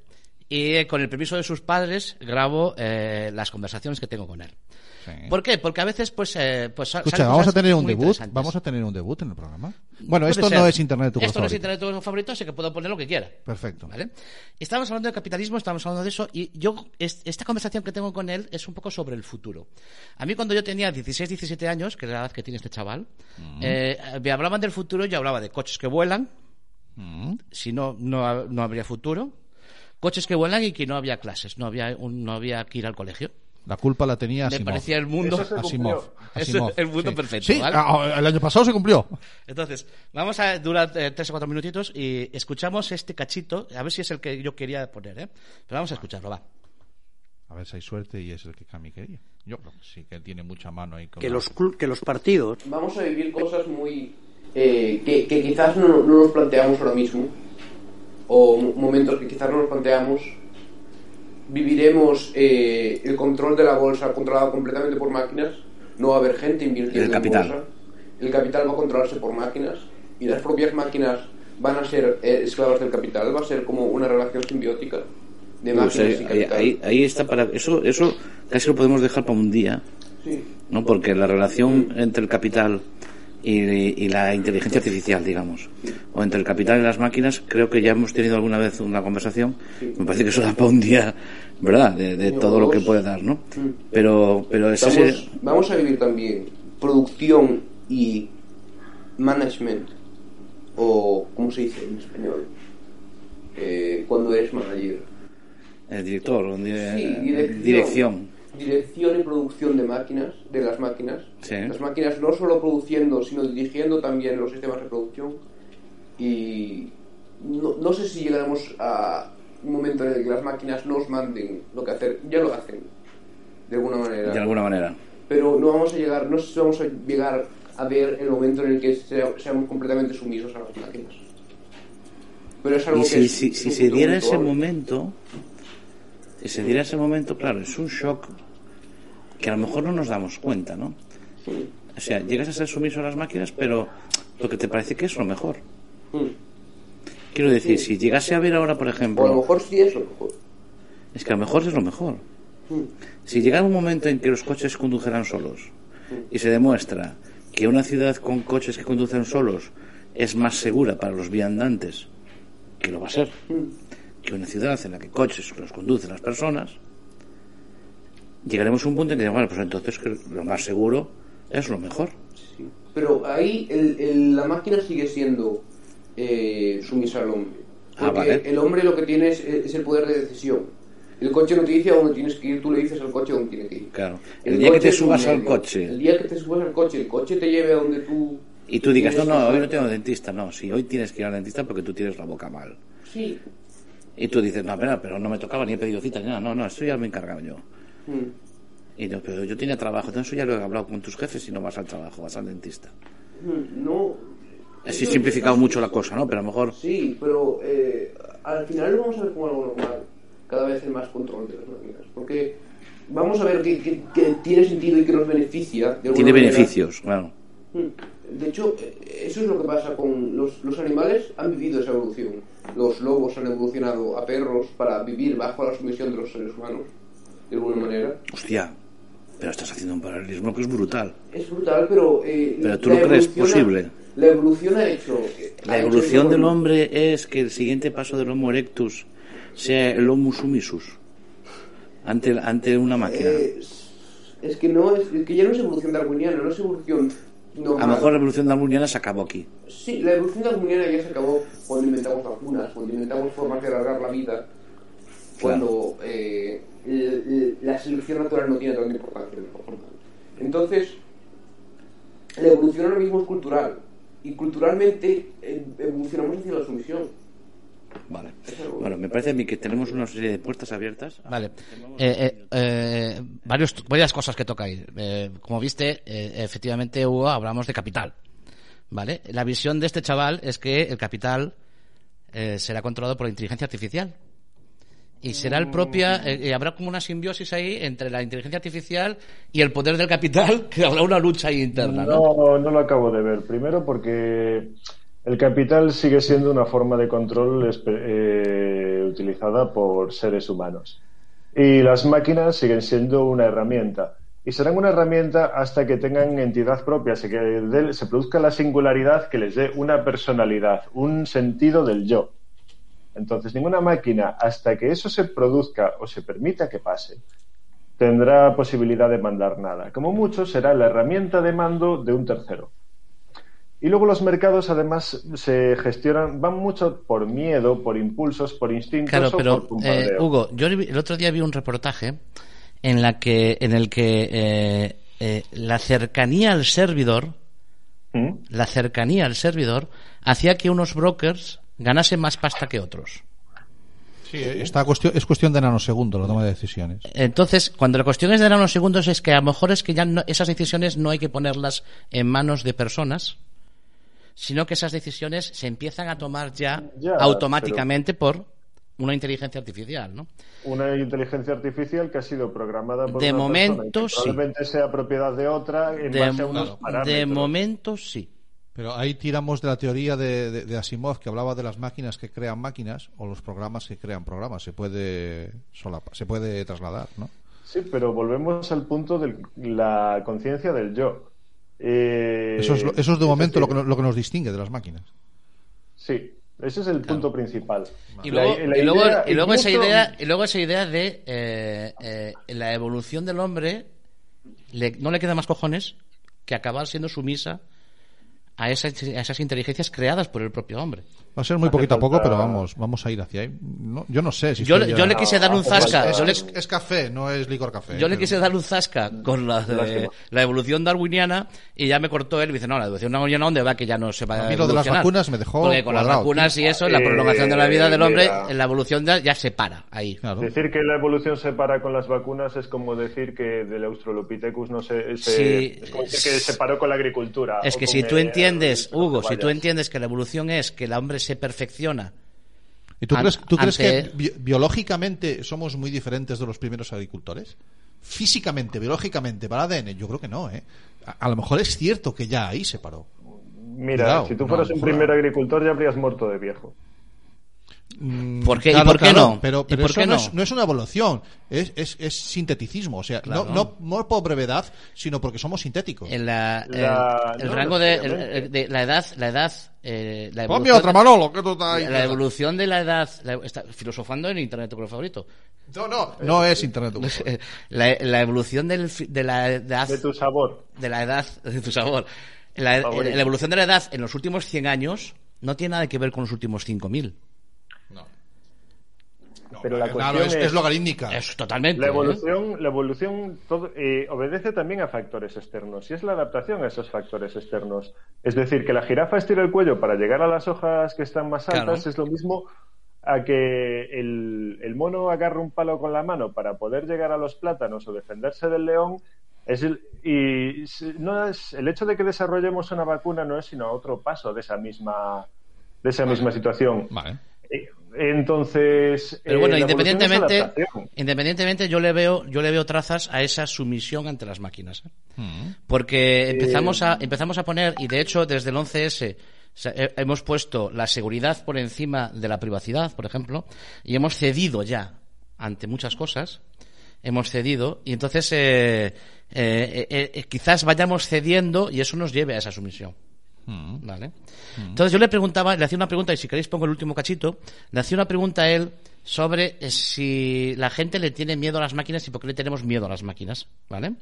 Speaker 2: y eh, con el permiso de sus padres grabo eh, las conversaciones que tengo con él.
Speaker 3: Sí.
Speaker 2: ¿Por qué? Porque a veces pues, eh, pues sal-
Speaker 3: Escucha,
Speaker 2: salen
Speaker 3: vamos a
Speaker 2: cosas
Speaker 3: tener un
Speaker 2: muy
Speaker 3: debut.
Speaker 2: interesantes.
Speaker 3: Vamos a tener un debut en el programa. Bueno,
Speaker 2: Puede
Speaker 3: esto
Speaker 2: ser.
Speaker 3: no es internet de
Speaker 2: Esto
Speaker 3: tu
Speaker 2: no es
Speaker 3: favorito.
Speaker 2: internet de tu favorito, así que puedo poner lo que quiera.
Speaker 3: Perfecto.
Speaker 2: ¿Vale? Estábamos hablando de capitalismo, estábamos hablando de eso, y yo, es- esta conversación que tengo con él es un poco sobre el futuro. A mí, cuando yo tenía 16, 17 años, que es la edad que tiene este chaval, eh, me hablaban del futuro, yo hablaba de coches que vuelan, si no, no, ha- no habría futuro, coches que vuelan y que no había clases, no había, un- no había que ir al colegio.
Speaker 3: La culpa la tenía
Speaker 2: Me
Speaker 3: Asimov.
Speaker 2: parecía el mundo.
Speaker 5: Eso se
Speaker 3: Asimov.
Speaker 5: cumplió.
Speaker 2: Eso
Speaker 3: Asimov,
Speaker 2: es el mundo
Speaker 3: sí.
Speaker 2: perfecto,
Speaker 3: Sí,
Speaker 2: ¿vale?
Speaker 3: ah, el año pasado se cumplió.
Speaker 2: Entonces, vamos a durar eh, tres o cuatro minutitos y escuchamos este cachito, a ver si es el que yo quería poner, ¿eh? Pero vamos a escucharlo, va.
Speaker 3: A ver si hay suerte y es el que Cami quería. Yo creo que sí, que él tiene mucha mano ahí. Con
Speaker 6: Que
Speaker 3: la-
Speaker 6: los, clu- que los partidos
Speaker 7: vamos a vivir cosas muy eh, que, que quizás no, no nos planteamos ahora mismo o mo- momentos que quizás no nos planteamos viviremos eh, el control de la bolsa controlado completamente por máquinas no va a haber gente invirtiendo
Speaker 8: El capital.
Speaker 7: en bolsa el capital va a controlarse por máquinas y las propias máquinas van a ser eh, esclavas del capital va a ser como una relación simbiótica de
Speaker 8: No, o
Speaker 7: máquinas
Speaker 8: sea,
Speaker 7: y
Speaker 8: ahí,
Speaker 7: capital
Speaker 8: ahí- ahí está para eso eso casi lo podemos dejar para un día
Speaker 7: Sí.
Speaker 8: no porque la relación entre el capital y, y la inteligencia artificial digamos o entre el capital y las máquinas creo que ya hemos tenido alguna vez una conversación me parece que eso da para un día verdad de, de todo lo que puede dar no pero pero es
Speaker 7: Vamos,
Speaker 8: ese
Speaker 7: vamos a vivir también producción y management, o ¿cómo se dice en español? Eh, cuando eres manager.
Speaker 8: el director un di-
Speaker 7: Sí,
Speaker 8: dirección
Speaker 7: Dirección y producción de máquinas, de las máquinas.
Speaker 8: Sí.
Speaker 7: Las máquinas no solo produciendo, sino dirigiendo también los sistemas de producción. Y no, no sé si llegaremos a un momento en el que las máquinas nos manden lo que hacer. Ya lo hacen, de alguna manera
Speaker 8: de alguna manera
Speaker 7: pero no vamos a llegar, no sé si vamos a llegar a ver el momento en el que sea- seamos completamente sumisos a las máquinas. Pero es algo
Speaker 8: Y
Speaker 7: que
Speaker 8: si,
Speaker 7: es
Speaker 8: si, si
Speaker 7: un
Speaker 8: se
Speaker 7: futuro
Speaker 8: diera
Speaker 7: muy
Speaker 8: ese
Speaker 7: probable.
Speaker 8: momento, si se diera ese momento, claro, es un shock que a lo mejor no nos damos cuenta, ¿no? O sea, llegas a ser sumiso a las máquinas, pero lo que te parece que es lo mejor. Quiero decir, si llegase a ver ahora, por
Speaker 7: Mm. o a lo
Speaker 8: ejemplo,
Speaker 7: mejor sí es lo mejor. Mm.
Speaker 8: es que a lo mejor es lo mejor. Si llegara un momento en que los coches condujeran solos y se demuestra que una ciudad con coches que conducen solos es más segura para los viandantes, que lo va a ser, que una ciudad en la que coches los conducen las personas, llegaremos a un punto en que, bueno, pues entonces que lo más seguro es lo mejor.
Speaker 7: Pero ahí el- el- la máquina sigue siendo eh, sumisa al hombre.
Speaker 8: Ah,
Speaker 7: Porque
Speaker 8: vale.
Speaker 7: el hombre lo que tiene es, es el poder de decisión. El coche no te dice a dónde tienes que ir, tú le dices al coche a dónde tiene que ir.
Speaker 8: Claro. El día que
Speaker 7: coche
Speaker 8: te
Speaker 7: es un
Speaker 8: subas al
Speaker 7: medio.
Speaker 8: coche.
Speaker 7: El día que te subas al coche, el coche te lleve a donde tú.
Speaker 8: Y tú digas, no,
Speaker 7: tienes
Speaker 8: no,
Speaker 7: que-
Speaker 8: hoy no tengo dentista, no, si hoy tienes que ir al dentista porque tú tienes la boca mal.
Speaker 7: Sí,
Speaker 8: Y tú dices, no, espera, pero no me tocaba ni he pedido cita ni nada. No, no, esto ya me he encargado yo.
Speaker 7: Hmm.
Speaker 8: Y no, pero yo tenía trabajo, entonces eso ya lo he hablado con tus jefes y no vas al trabajo, vas al dentista.
Speaker 7: no.
Speaker 8: Así he simplificado mucho la cosa, ¿no? Pero a lo mejor
Speaker 7: Sí, pero eh, al final lo vamos a ver como algo normal. Cada vez hay más control de las máquinas. Porque vamos a ver que, que- que tiene sentido y que nos beneficia. de alguna
Speaker 8: tiene
Speaker 7: manera.
Speaker 8: beneficios, claro.
Speaker 7: Mm. De hecho, eh, eso es lo que pasa con los, los animales. Han vivido esa evolución. Los lobos han evolucionado a perros para vivir bajo la sumisión de los seres humanos. De alguna manera.
Speaker 8: Hostia, pero estás haciendo un paralelismo que es brutal.
Speaker 7: Es brutal, pero... eh,
Speaker 8: Pero tú
Speaker 7: la
Speaker 8: lo crees
Speaker 7: evolución ha-
Speaker 8: posible.
Speaker 7: La evolución ha hecho... ha
Speaker 8: La
Speaker 7: hecho
Speaker 8: evolución
Speaker 7: que-
Speaker 8: del hombre es que el siguiente paso del Homo erectus sea el Homo sumisus ante, ante una máquina.
Speaker 7: Eh, es que no es, es que ya no es evolución darwiniana, no es evolución normal.
Speaker 8: A lo mejor la evolución darwiniana se acabó aquí.
Speaker 7: Sí, la evolución darwiniana ya se acabó cuando inventamos vacunas, cuando inventamos formas de alargar la vida, cuando eh, l- l- la selección natural no tiene tanta importancia. de alguna forma. Entonces, la evolución ahora mismo es cultural y culturalmente eh, evolucionamos hacia la sumisión.
Speaker 8: Vale. Bueno, me parece a mí que tenemos una serie de puertas abiertas. Ah,
Speaker 2: Vale. Eh, eh, eh, varios, varias cosas que toca ahí. Eh, como viste, eh, efectivamente, Hugo, hablamos de capital. ¿Vale? La visión de este chaval es que el capital eh, será controlado por la inteligencia artificial. Y será el propia,
Speaker 8: Mm.
Speaker 2: eh, y habrá como una simbiosis ahí entre la inteligencia artificial y el poder del capital, que habrá una lucha ahí interna, ¿no?
Speaker 5: No, no lo acabo de ver. Primero porque El capital sigue siendo una forma de control espe- eh, utilizada por seres humanos. Y las máquinas siguen siendo una herramienta. Y serán una herramienta hasta que tengan entidad propia, hasta que dé- se produzca la singularidad que les dé una personalidad, un sentido del yo. Entonces, ninguna máquina, hasta que eso se produzca o se permita que pase, tendrá posibilidad de mandar nada. Como mucho, será la herramienta de mando de un tercero. Y luego los mercados, además, se gestionan, van mucho por miedo, por impulsos, por instintos
Speaker 2: Claro,
Speaker 5: o
Speaker 2: pero
Speaker 5: por
Speaker 2: eh,
Speaker 5: puntadeo.
Speaker 2: Hugo, yo le vi- el otro día vi un reportaje en la que en el que eh, eh, la cercanía al servidor,
Speaker 5: ¿Mm?
Speaker 2: la cercanía al servidor hacía que unos brokers ganasen más pasta que otros.
Speaker 3: Sí, eh, está cuestión, es cuestión de nanosegundos la toma de decisiones.
Speaker 2: Entonces, cuando la cuestión es de unos segundos es que a lo mejor es que ya no- esas decisiones no hay que ponerlas en manos de personas, sino que esas decisiones se empiezan a tomar ya,
Speaker 5: Ya,
Speaker 2: automáticamente por una inteligencia artificial, ¿no?
Speaker 5: Una inteligencia artificial que ha sido programada por
Speaker 2: De
Speaker 5: una
Speaker 2: momento,
Speaker 5: persona y que
Speaker 2: sí.
Speaker 5: probablemente sea propiedad de otra en
Speaker 2: De,
Speaker 5: base a unos
Speaker 2: claro,
Speaker 5: parámetros.
Speaker 2: de momento sí.
Speaker 3: Pero ahí tiramos de la teoría de, de- de Asimov que hablaba de las máquinas que crean máquinas o los programas que crean programas. Se puede solapa- se puede trasladar, ¿no?
Speaker 5: Sí, pero volvemos al punto de la conciencia del yo. Eh,
Speaker 3: Eso es, lo- eso es de momento
Speaker 5: decir,
Speaker 3: lo que, no- lo que nos distingue de las máquinas.
Speaker 5: Sí, ese es el punto principal.
Speaker 2: Y
Speaker 5: La-
Speaker 2: luego,
Speaker 5: la
Speaker 2: y luego-
Speaker 5: idea-
Speaker 2: y luego esa
Speaker 5: incluso-
Speaker 2: idea, y luego esa idea de eh, eh, la evolución del hombre le- no le queda más cojones que acabar siendo sumisa a esas, a esas inteligencias creadas por el propio hombre.
Speaker 3: Va a ser muy
Speaker 5: Hace
Speaker 3: poquito a poco,
Speaker 5: falta-
Speaker 3: pero vamos vamos a ir hacia ahí. No, yo no sé si
Speaker 2: Yo,
Speaker 3: estoy
Speaker 2: le-
Speaker 3: ya-
Speaker 2: yo le quise dar un
Speaker 5: hace
Speaker 2: zasca,
Speaker 5: falta-
Speaker 2: yo le,
Speaker 3: Es, es café, no es licor café.
Speaker 2: yo le
Speaker 3: pero-
Speaker 2: quise dar un zasca con la, de-
Speaker 5: Lástima.
Speaker 2: la evolución darwiniana y ya me cortó él y dice, no, la evolución darwiniana dónde va que ya no se va
Speaker 3: A
Speaker 2: a
Speaker 3: mí lo de las
Speaker 2: evolucionar".
Speaker 3: vacunas me dejó
Speaker 2: Porque con las
Speaker 3: cuadrado,
Speaker 2: vacunas y eso, la
Speaker 5: Eh,
Speaker 2: prolongación de la vida del hombre,
Speaker 5: mira.
Speaker 2: la evolución ya ya se para ahí.
Speaker 3: Claro.
Speaker 5: Decir que la evolución se para con las vacunas es como decir que del Australopithecus no se, se-
Speaker 2: Sí,
Speaker 5: es como decir que
Speaker 2: es-
Speaker 5: se paró con la agricultura.
Speaker 2: Es
Speaker 5: o
Speaker 2: que
Speaker 5: con
Speaker 2: si tú
Speaker 5: el-
Speaker 2: entiendes,
Speaker 5: con los
Speaker 2: Hugo, si tú
Speaker 5: caballos.
Speaker 2: entiendes que la evolución es que el hombre se perfecciona,
Speaker 3: ¿Y tú
Speaker 2: An-
Speaker 3: crees, tú crees
Speaker 2: ante-
Speaker 3: que bi- biológicamente somos muy diferentes de los primeros agricultores? Físicamente, biológicamente, para ADN, yo creo que no, ¿eh? A, a lo mejor es cierto que ya ahí se paró.
Speaker 5: Mira,
Speaker 3: Cuidado,
Speaker 5: si tú
Speaker 3: no,
Speaker 5: fueras
Speaker 3: no,
Speaker 5: un
Speaker 3: joder.
Speaker 5: primer agricultor ya habrías muerto de viejo.
Speaker 2: ¿por qué,
Speaker 3: Mm, Claro,
Speaker 2: ¿y por qué
Speaker 3: claro,
Speaker 2: no?
Speaker 3: Pero,
Speaker 2: ¿Y
Speaker 3: pero
Speaker 2: por
Speaker 3: eso
Speaker 2: qué
Speaker 3: no?
Speaker 2: no?
Speaker 3: es, no es una evolución, es, es, es sinteticismo. O sea,
Speaker 2: Claro.
Speaker 3: no, no, no por brevedad, sino porque somos sintéticos.
Speaker 2: En la- el-
Speaker 5: La-
Speaker 2: el
Speaker 5: no,
Speaker 2: rango de, el-
Speaker 5: obviamente.
Speaker 2: el- de la edad, la edad, eh, la
Speaker 3: Ponme
Speaker 2: evolución-
Speaker 3: Pues otra, Manolo, que tú estás ahí.
Speaker 2: La evolución de la edad, la- está filosofando en internet con lo favorito.
Speaker 3: No, no, no es internet.
Speaker 2: Eh, La, la evolución del, fi- de la edad,
Speaker 5: De tu sabor.
Speaker 2: de la edad, de tu sabor. La,
Speaker 5: Favorito.
Speaker 2: la evolución de la edad en los últimos 100 años no tiene nada que ver con los últimos 5000.
Speaker 3: No, eh,
Speaker 5: Pero la
Speaker 3: claro,
Speaker 5: cuestión
Speaker 3: es,
Speaker 5: es-
Speaker 3: es logarítmica.
Speaker 2: Es totalmente.
Speaker 5: La
Speaker 2: ¿eh?
Speaker 5: evolución, la evolución todo, eh, obedece también a factores externos y es la adaptación a esos factores externos. Es decir, que la jirafa estira el cuello para llegar a las hojas que están más
Speaker 2: Claro.
Speaker 5: altas es lo mismo a que el, el mono agarre un palo con la mano para poder llegar a los plátanos o defenderse del león. Es el, y s- no es, el hecho de que desarrollemos una vacuna no es sino otro paso de esa misma, de esa misma situación.
Speaker 3: Vale.
Speaker 5: Eh, Entonces,
Speaker 2: Pero
Speaker 5: eh,
Speaker 2: bueno,
Speaker 5: la evolución es
Speaker 2: independientemente,
Speaker 5: adaptación.
Speaker 2: independientemente yo le veo, yo le veo trazas a esa sumisión ante las máquinas. ¿eh?
Speaker 3: Mm.
Speaker 5: Eh,
Speaker 2: Porque empezamos a, empezamos a poner, y de hecho desde el 11S se- he- hemos puesto la seguridad por encima de la privacidad, por ejemplo, y hemos cedido ya ante muchas cosas. Hemos cedido, y entonces eh, eh, eh, eh, quizás vayamos cediendo y eso nos lleve a esa sumisión. ¿Vale? Entonces yo le preguntaba, le hacía una pregunta, y si queréis pongo el último cachito, le hacía una pregunta a él sobre eh, si la gente le tiene miedo a las máquinas y por qué le tenemos miedo a las máquinas, ¿vale?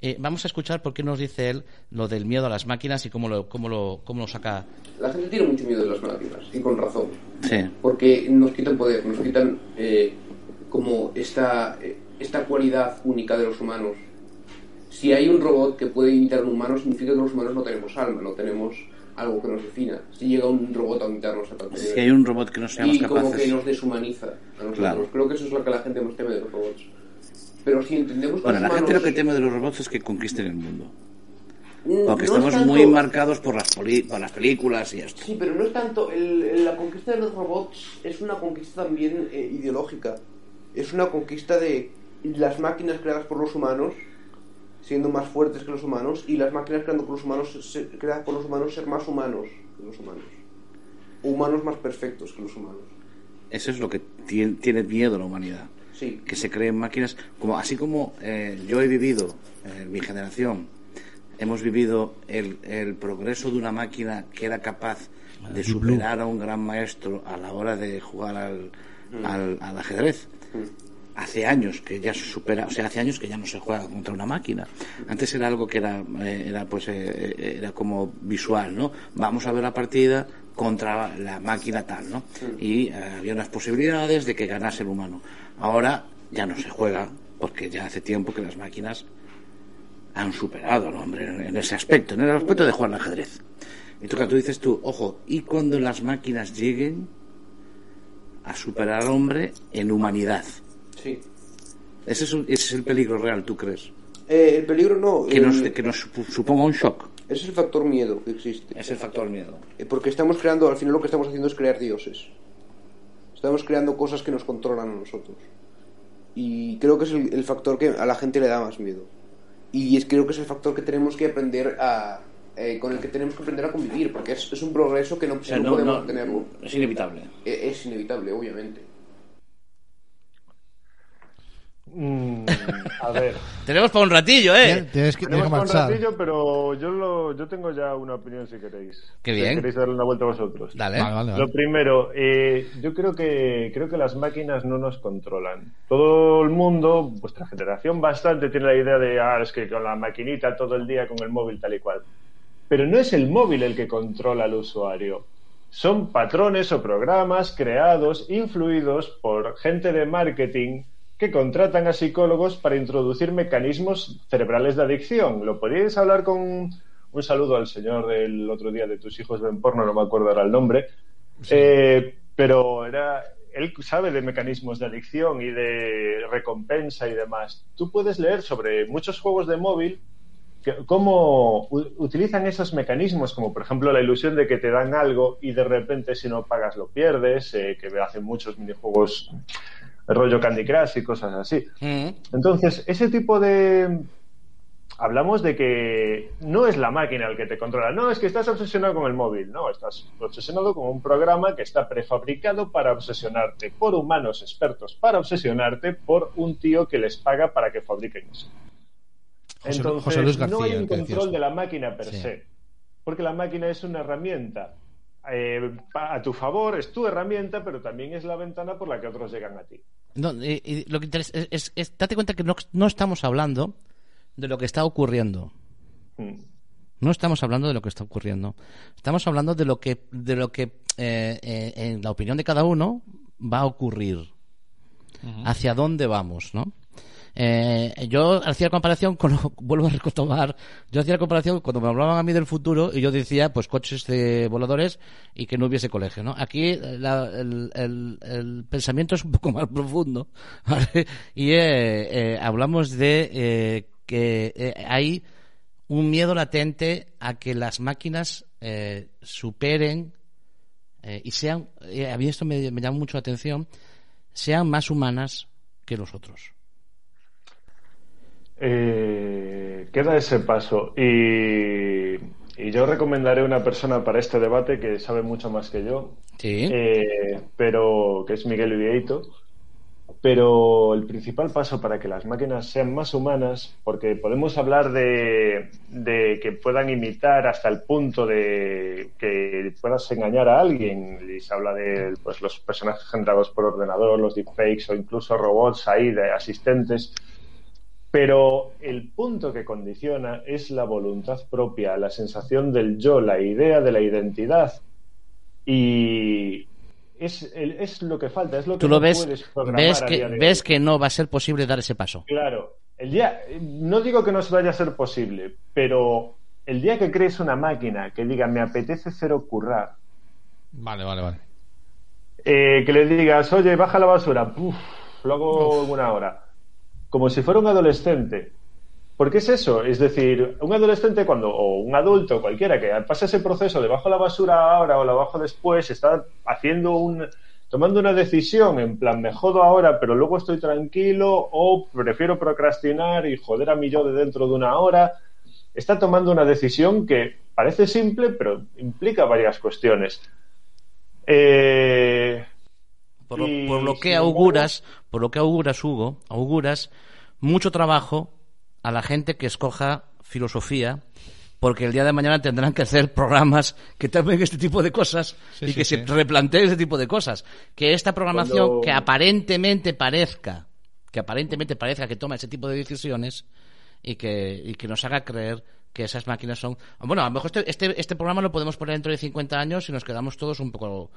Speaker 2: Eh, vamos a escuchar por qué nos dice él lo del miedo a las máquinas y cómo lo, cómo lo, cómo lo saca.
Speaker 7: La gente tiene mucho miedo de las máquinas, y con razón.
Speaker 8: Sí.
Speaker 7: porque nos quitan poder, nos quitan eh, como esta, eh, esta cualidad única de los humanos. Si hay un robot que puede imitar a un humano, significa que los humanos no tenemos alma, no tenemos algo que nos defina. Si llega un robot a imitarnos a tal nivel.
Speaker 8: Si hay un robot que no seamos
Speaker 7: y como que
Speaker 8: capaces.
Speaker 7: nos deshumaniza a nosotros.
Speaker 8: Claro.
Speaker 7: Creo que eso es lo que la gente más teme de los robots. Pero si entendemos que
Speaker 8: Bueno,
Speaker 7: los
Speaker 8: la gente lo
Speaker 7: humanos-
Speaker 8: que teme de los robots es que conquisten el mundo.
Speaker 7: Mm,
Speaker 8: Porque
Speaker 7: no es
Speaker 8: estamos
Speaker 7: tanto-
Speaker 8: muy marcados por las, poli- por las películas y esto.
Speaker 7: Sí, pero no es tanto. el- el- la conquista de los robots es una conquista también eh, ideológica. Es una conquista de las máquinas creadas por los humanos siendo más fuertes que los humanos y las máquinas creando por los humanos se- creadas por los humanos ser más humanos que los humanos. o humanos más perfectos que los humanos.
Speaker 8: Eso es lo que tiene, tiene miedo la humanidad.
Speaker 7: Sí.
Speaker 8: Que se creen máquinas, como así como eh, yo he vivido, eh, mi generación, hemos vivido el, el progreso de una máquina que era capaz de superar a un gran maestro a la hora de jugar al, al, al ajedrez. Hace años que ya se supera, o sea, hace años que ya no se juega contra una máquina. Antes era algo que era, eh, era pues, eh, era como visual, ¿no? Vamos a ver la partida contra la máquina tal, ¿no? Y eh, había unas posibilidades de que ganase el humano. Ahora ya no se juega, porque ya hace tiempo que las máquinas han superado al hombre en- en ese aspecto, en el aspecto de jugar al ajedrez. Y tú, claro, tú dices tú, ojo, y cuando las máquinas lleguen a superar al hombre en humanidad.
Speaker 7: Sí.
Speaker 8: Ese es, un- ese es el peligro real, ¿tú crees?
Speaker 7: Eh, el peligro no.
Speaker 8: Que
Speaker 7: el-
Speaker 8: nos, que nos sup- suponga un shock.
Speaker 7: Ese es el factor miedo que existe.
Speaker 8: Es el factor miedo.
Speaker 7: Eh, Porque estamos creando, al final lo que estamos haciendo es crear dioses. Estamos creando cosas que nos controlan a nosotros. Y creo que es el, el factor que a la gente le da más miedo. Y es, creo que es el factor que tenemos que aprender a... eh, con el que tenemos que aprender a convivir, porque es, es un progreso que no,
Speaker 8: O sea,
Speaker 7: no
Speaker 8: no-
Speaker 7: podemos
Speaker 8: no-
Speaker 7: tenerlo.
Speaker 8: es inevitable.
Speaker 7: E- Es inevitable, obviamente.
Speaker 5: Mm, a ver.
Speaker 2: Tenemos para un ratillo, ¿eh?
Speaker 3: Tienes que, tienes que
Speaker 5: Tenemos un
Speaker 3: marchar.
Speaker 5: ratillo, pero yo, lo, yo tengo ya una opinión si queréis.
Speaker 2: Qué
Speaker 5: Si
Speaker 2: bien.
Speaker 5: queréis darle una vuelta a vosotros.
Speaker 2: Dale.
Speaker 3: Vale, vale,
Speaker 5: Lo
Speaker 3: vale.
Speaker 5: primero, eh, yo creo que creo que las máquinas no nos controlan. Todo el mundo, vuestra generación bastante, tiene la idea de, ah, es que con la maquinita todo el día, con el móvil tal y cual. Pero no es el móvil el que controla al usuario. Son patrones o programas creados, influidos por gente de marketing que contratan a psicólogos para introducir mecanismos cerebrales de adicción. Lo podéis hablar con un saludo al señor del otro día de tus hijos ven porno, no me acuerdo ahora el nombre, Eh, pero era él sabe de mecanismos de adicción y de recompensa y demás. Tú puedes leer sobre muchos juegos de móvil que- cómo u- utilizan esos mecanismos, como por ejemplo la ilusión de que te dan algo y de repente si no pagas lo pierdes, eh, que hacen muchos minijuegos rollo Candy Crush y cosas así.
Speaker 2: Mm.
Speaker 5: Entonces, ese tipo de... Hablamos de que no es la máquina el que te controla, no, es que estás obsesionado con el móvil, no, estás obsesionado con un programa que está prefabricado para obsesionarte por humanos expertos, para obsesionarte por un tío que les paga para que fabriquen eso.
Speaker 3: José-
Speaker 5: Entonces,
Speaker 3: José Luis
Speaker 5: no hay
Speaker 3: García,
Speaker 5: un
Speaker 3: el que decías
Speaker 5: control
Speaker 3: tú.
Speaker 5: de la máquina per
Speaker 3: Sí.
Speaker 5: se, porque la máquina es una herramienta. eh, pa- a tu favor es tu herramienta, pero también es la ventana por la que otros llegan a ti.
Speaker 2: No, y- y lo que interesa es, es- es- date cuenta que no, no estamos hablando de lo que está ocurriendo.
Speaker 5: Mm.
Speaker 2: No estamos hablando de lo que está ocurriendo. Estamos hablando de lo que, de lo que eh, eh, en la opinión de cada uno va a ocurrir. Hacia dónde vamos, ¿no? Eh, yo hacía comparación con lo- vuelvo a retomar yo hacía la comparación cuando me hablaban a mí del futuro y yo decía pues coches de voladores y que no hubiese colegio no aquí eh, la- el, el- el pensamiento es un poco más profundo ¿vale? y eh, eh, hablamos de eh, que eh, hay un miedo latente a que las máquinas eh, superen eh, y sean, eh, a mí esto me, me llama mucho la atención, sean más humanas que los otros.
Speaker 5: Eh, queda ese paso. Y, y yo recomendaré una persona para este debate que sabe mucho más que yo,
Speaker 2: Sí.
Speaker 5: eh, pero que es Miguel Vieito. Pero el principal paso para que las máquinas sean más humanas, porque podemos hablar de, de que puedan imitar hasta el punto de que puedas engañar a alguien, y se habla de pues, los personajes generados por ordenador, los deepfakes o incluso robots ahí de asistentes, pero el punto que condiciona es la voluntad propia, la sensación del yo, la idea de la identidad. Y es, el- es lo que falta, es lo que
Speaker 2: Tú lo
Speaker 5: Eh, no
Speaker 2: ves,
Speaker 5: puedes programar
Speaker 2: ves,
Speaker 5: a
Speaker 2: que,
Speaker 5: día de
Speaker 2: ves
Speaker 5: hoy.
Speaker 2: que no va a ser posible dar ese paso.
Speaker 5: Claro, el día, no digo que no se vaya a ser posible, pero el día que crees una máquina que diga me apetece cero currar,
Speaker 3: Vale, vale, vale.
Speaker 5: eh, que le digas, oye, baja la basura, puf, lo hago en una hora. Como si fuera un adolescente. Porque es eso, es decir, un adolescente cuando, o un adulto, cualquiera que pasa ese proceso de bajo la basura ahora o la bajo después, está haciendo un, tomando una decisión en plan, me jodo ahora, pero luego estoy tranquilo, o prefiero procrastinar y joder a mi yo de dentro de una hora está tomando una decisión que parece simple, pero implica varias cuestiones. Eh,
Speaker 2: Por lo,
Speaker 5: y,
Speaker 2: por lo que
Speaker 5: sin embargo,
Speaker 2: auguras, por lo que auguras, Hugo, auguras mucho trabajo a la gente que escoja filosofía, porque el día de mañana tendrán que hacer programas que traten este tipo de cosas
Speaker 3: Sí,
Speaker 2: y
Speaker 3: sí,
Speaker 2: que se
Speaker 3: sí.
Speaker 2: replanteen este tipo de cosas. Que esta
Speaker 5: Pues
Speaker 2: programación
Speaker 5: Cuando-
Speaker 2: que aparentemente parezca, que aparentemente parezca que toma ese tipo de decisiones y que, y que nos haga creer que esas máquinas son... Bueno, a lo mejor este, este, este programa lo podemos poner dentro de 50 años y nos quedamos todos un poco...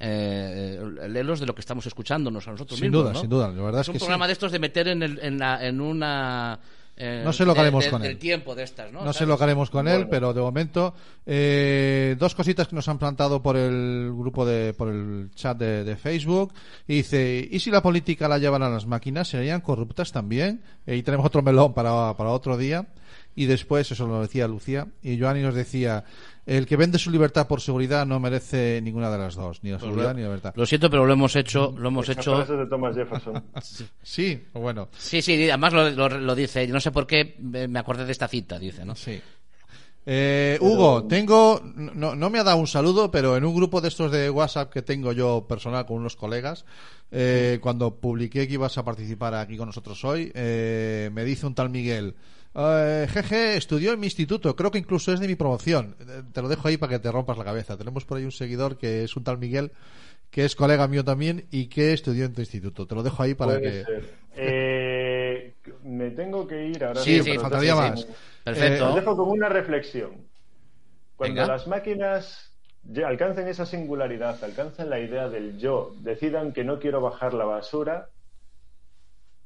Speaker 2: Eh, lelos de lo que estamos escuchándonos a nosotros
Speaker 3: Sin
Speaker 2: mismos.
Speaker 3: duda,
Speaker 2: ¿no?
Speaker 3: sin duda, la verdad
Speaker 2: es
Speaker 3: es
Speaker 2: un
Speaker 3: que sí.
Speaker 2: programa de estos de meter en, el- en, la- en una. eh,
Speaker 3: No sé lo que haremos
Speaker 2: de- de-
Speaker 3: con él.
Speaker 2: Del tiempo de estas, ¿no?
Speaker 3: No sé
Speaker 2: ¿Sabes?
Speaker 3: lo que haremos con él, pero de momento eh, dos cositas que nos han plantado por el grupo de por el chat de, de Facebook y dice y si la política la llevan a las máquinas serían corruptas también Eh, y tenemos otro melón para, para otro día y después eso lo decía Lucía y Joanny nos decía el que vende su libertad por seguridad no merece ninguna de las dos ni la seguridad ni la libertad
Speaker 2: Pues Lo siento, pero lo hemos hecho. Lo hemos
Speaker 5: esas
Speaker 2: hecho.
Speaker 5: frases de Thomas Jefferson.
Speaker 3: sí pues bueno
Speaker 2: Sí, sí, además lo, lo- lo dice. No sé por qué me me acordé de esta cita, dice, ¿no?
Speaker 3: Sí. Eh, Hugo, tengo. No, no me ha dado un saludo, pero en un grupo de estos de WhatsApp que tengo yo personal con unos colegas, eh, cuando publiqué que ibas a participar aquí con nosotros hoy, eh, me dice un tal Miguel. Eh, jeje, estudió en mi instituto, creo que incluso es de mi promoción. Eh, Te lo dejo ahí para que te rompas la cabeza. Tenemos por ahí un seguidor que es un tal Miguel, que es colega mío también y que estudió en tu instituto. Te lo dejo ahí para
Speaker 5: Puede
Speaker 3: que.
Speaker 5: ser. Eh, me tengo que ir ahora.
Speaker 3: Sí,
Speaker 5: mismo, pero
Speaker 3: faltaría
Speaker 5: os dejo
Speaker 3: más. Eh,
Speaker 5: con-
Speaker 2: Perfecto.
Speaker 5: Os dejo con una reflexión. Cuando
Speaker 2: Venga.
Speaker 5: las máquinas lle- alcancen esa singularidad, alcancen la idea del yo, decidan que no quiero bajar la basura,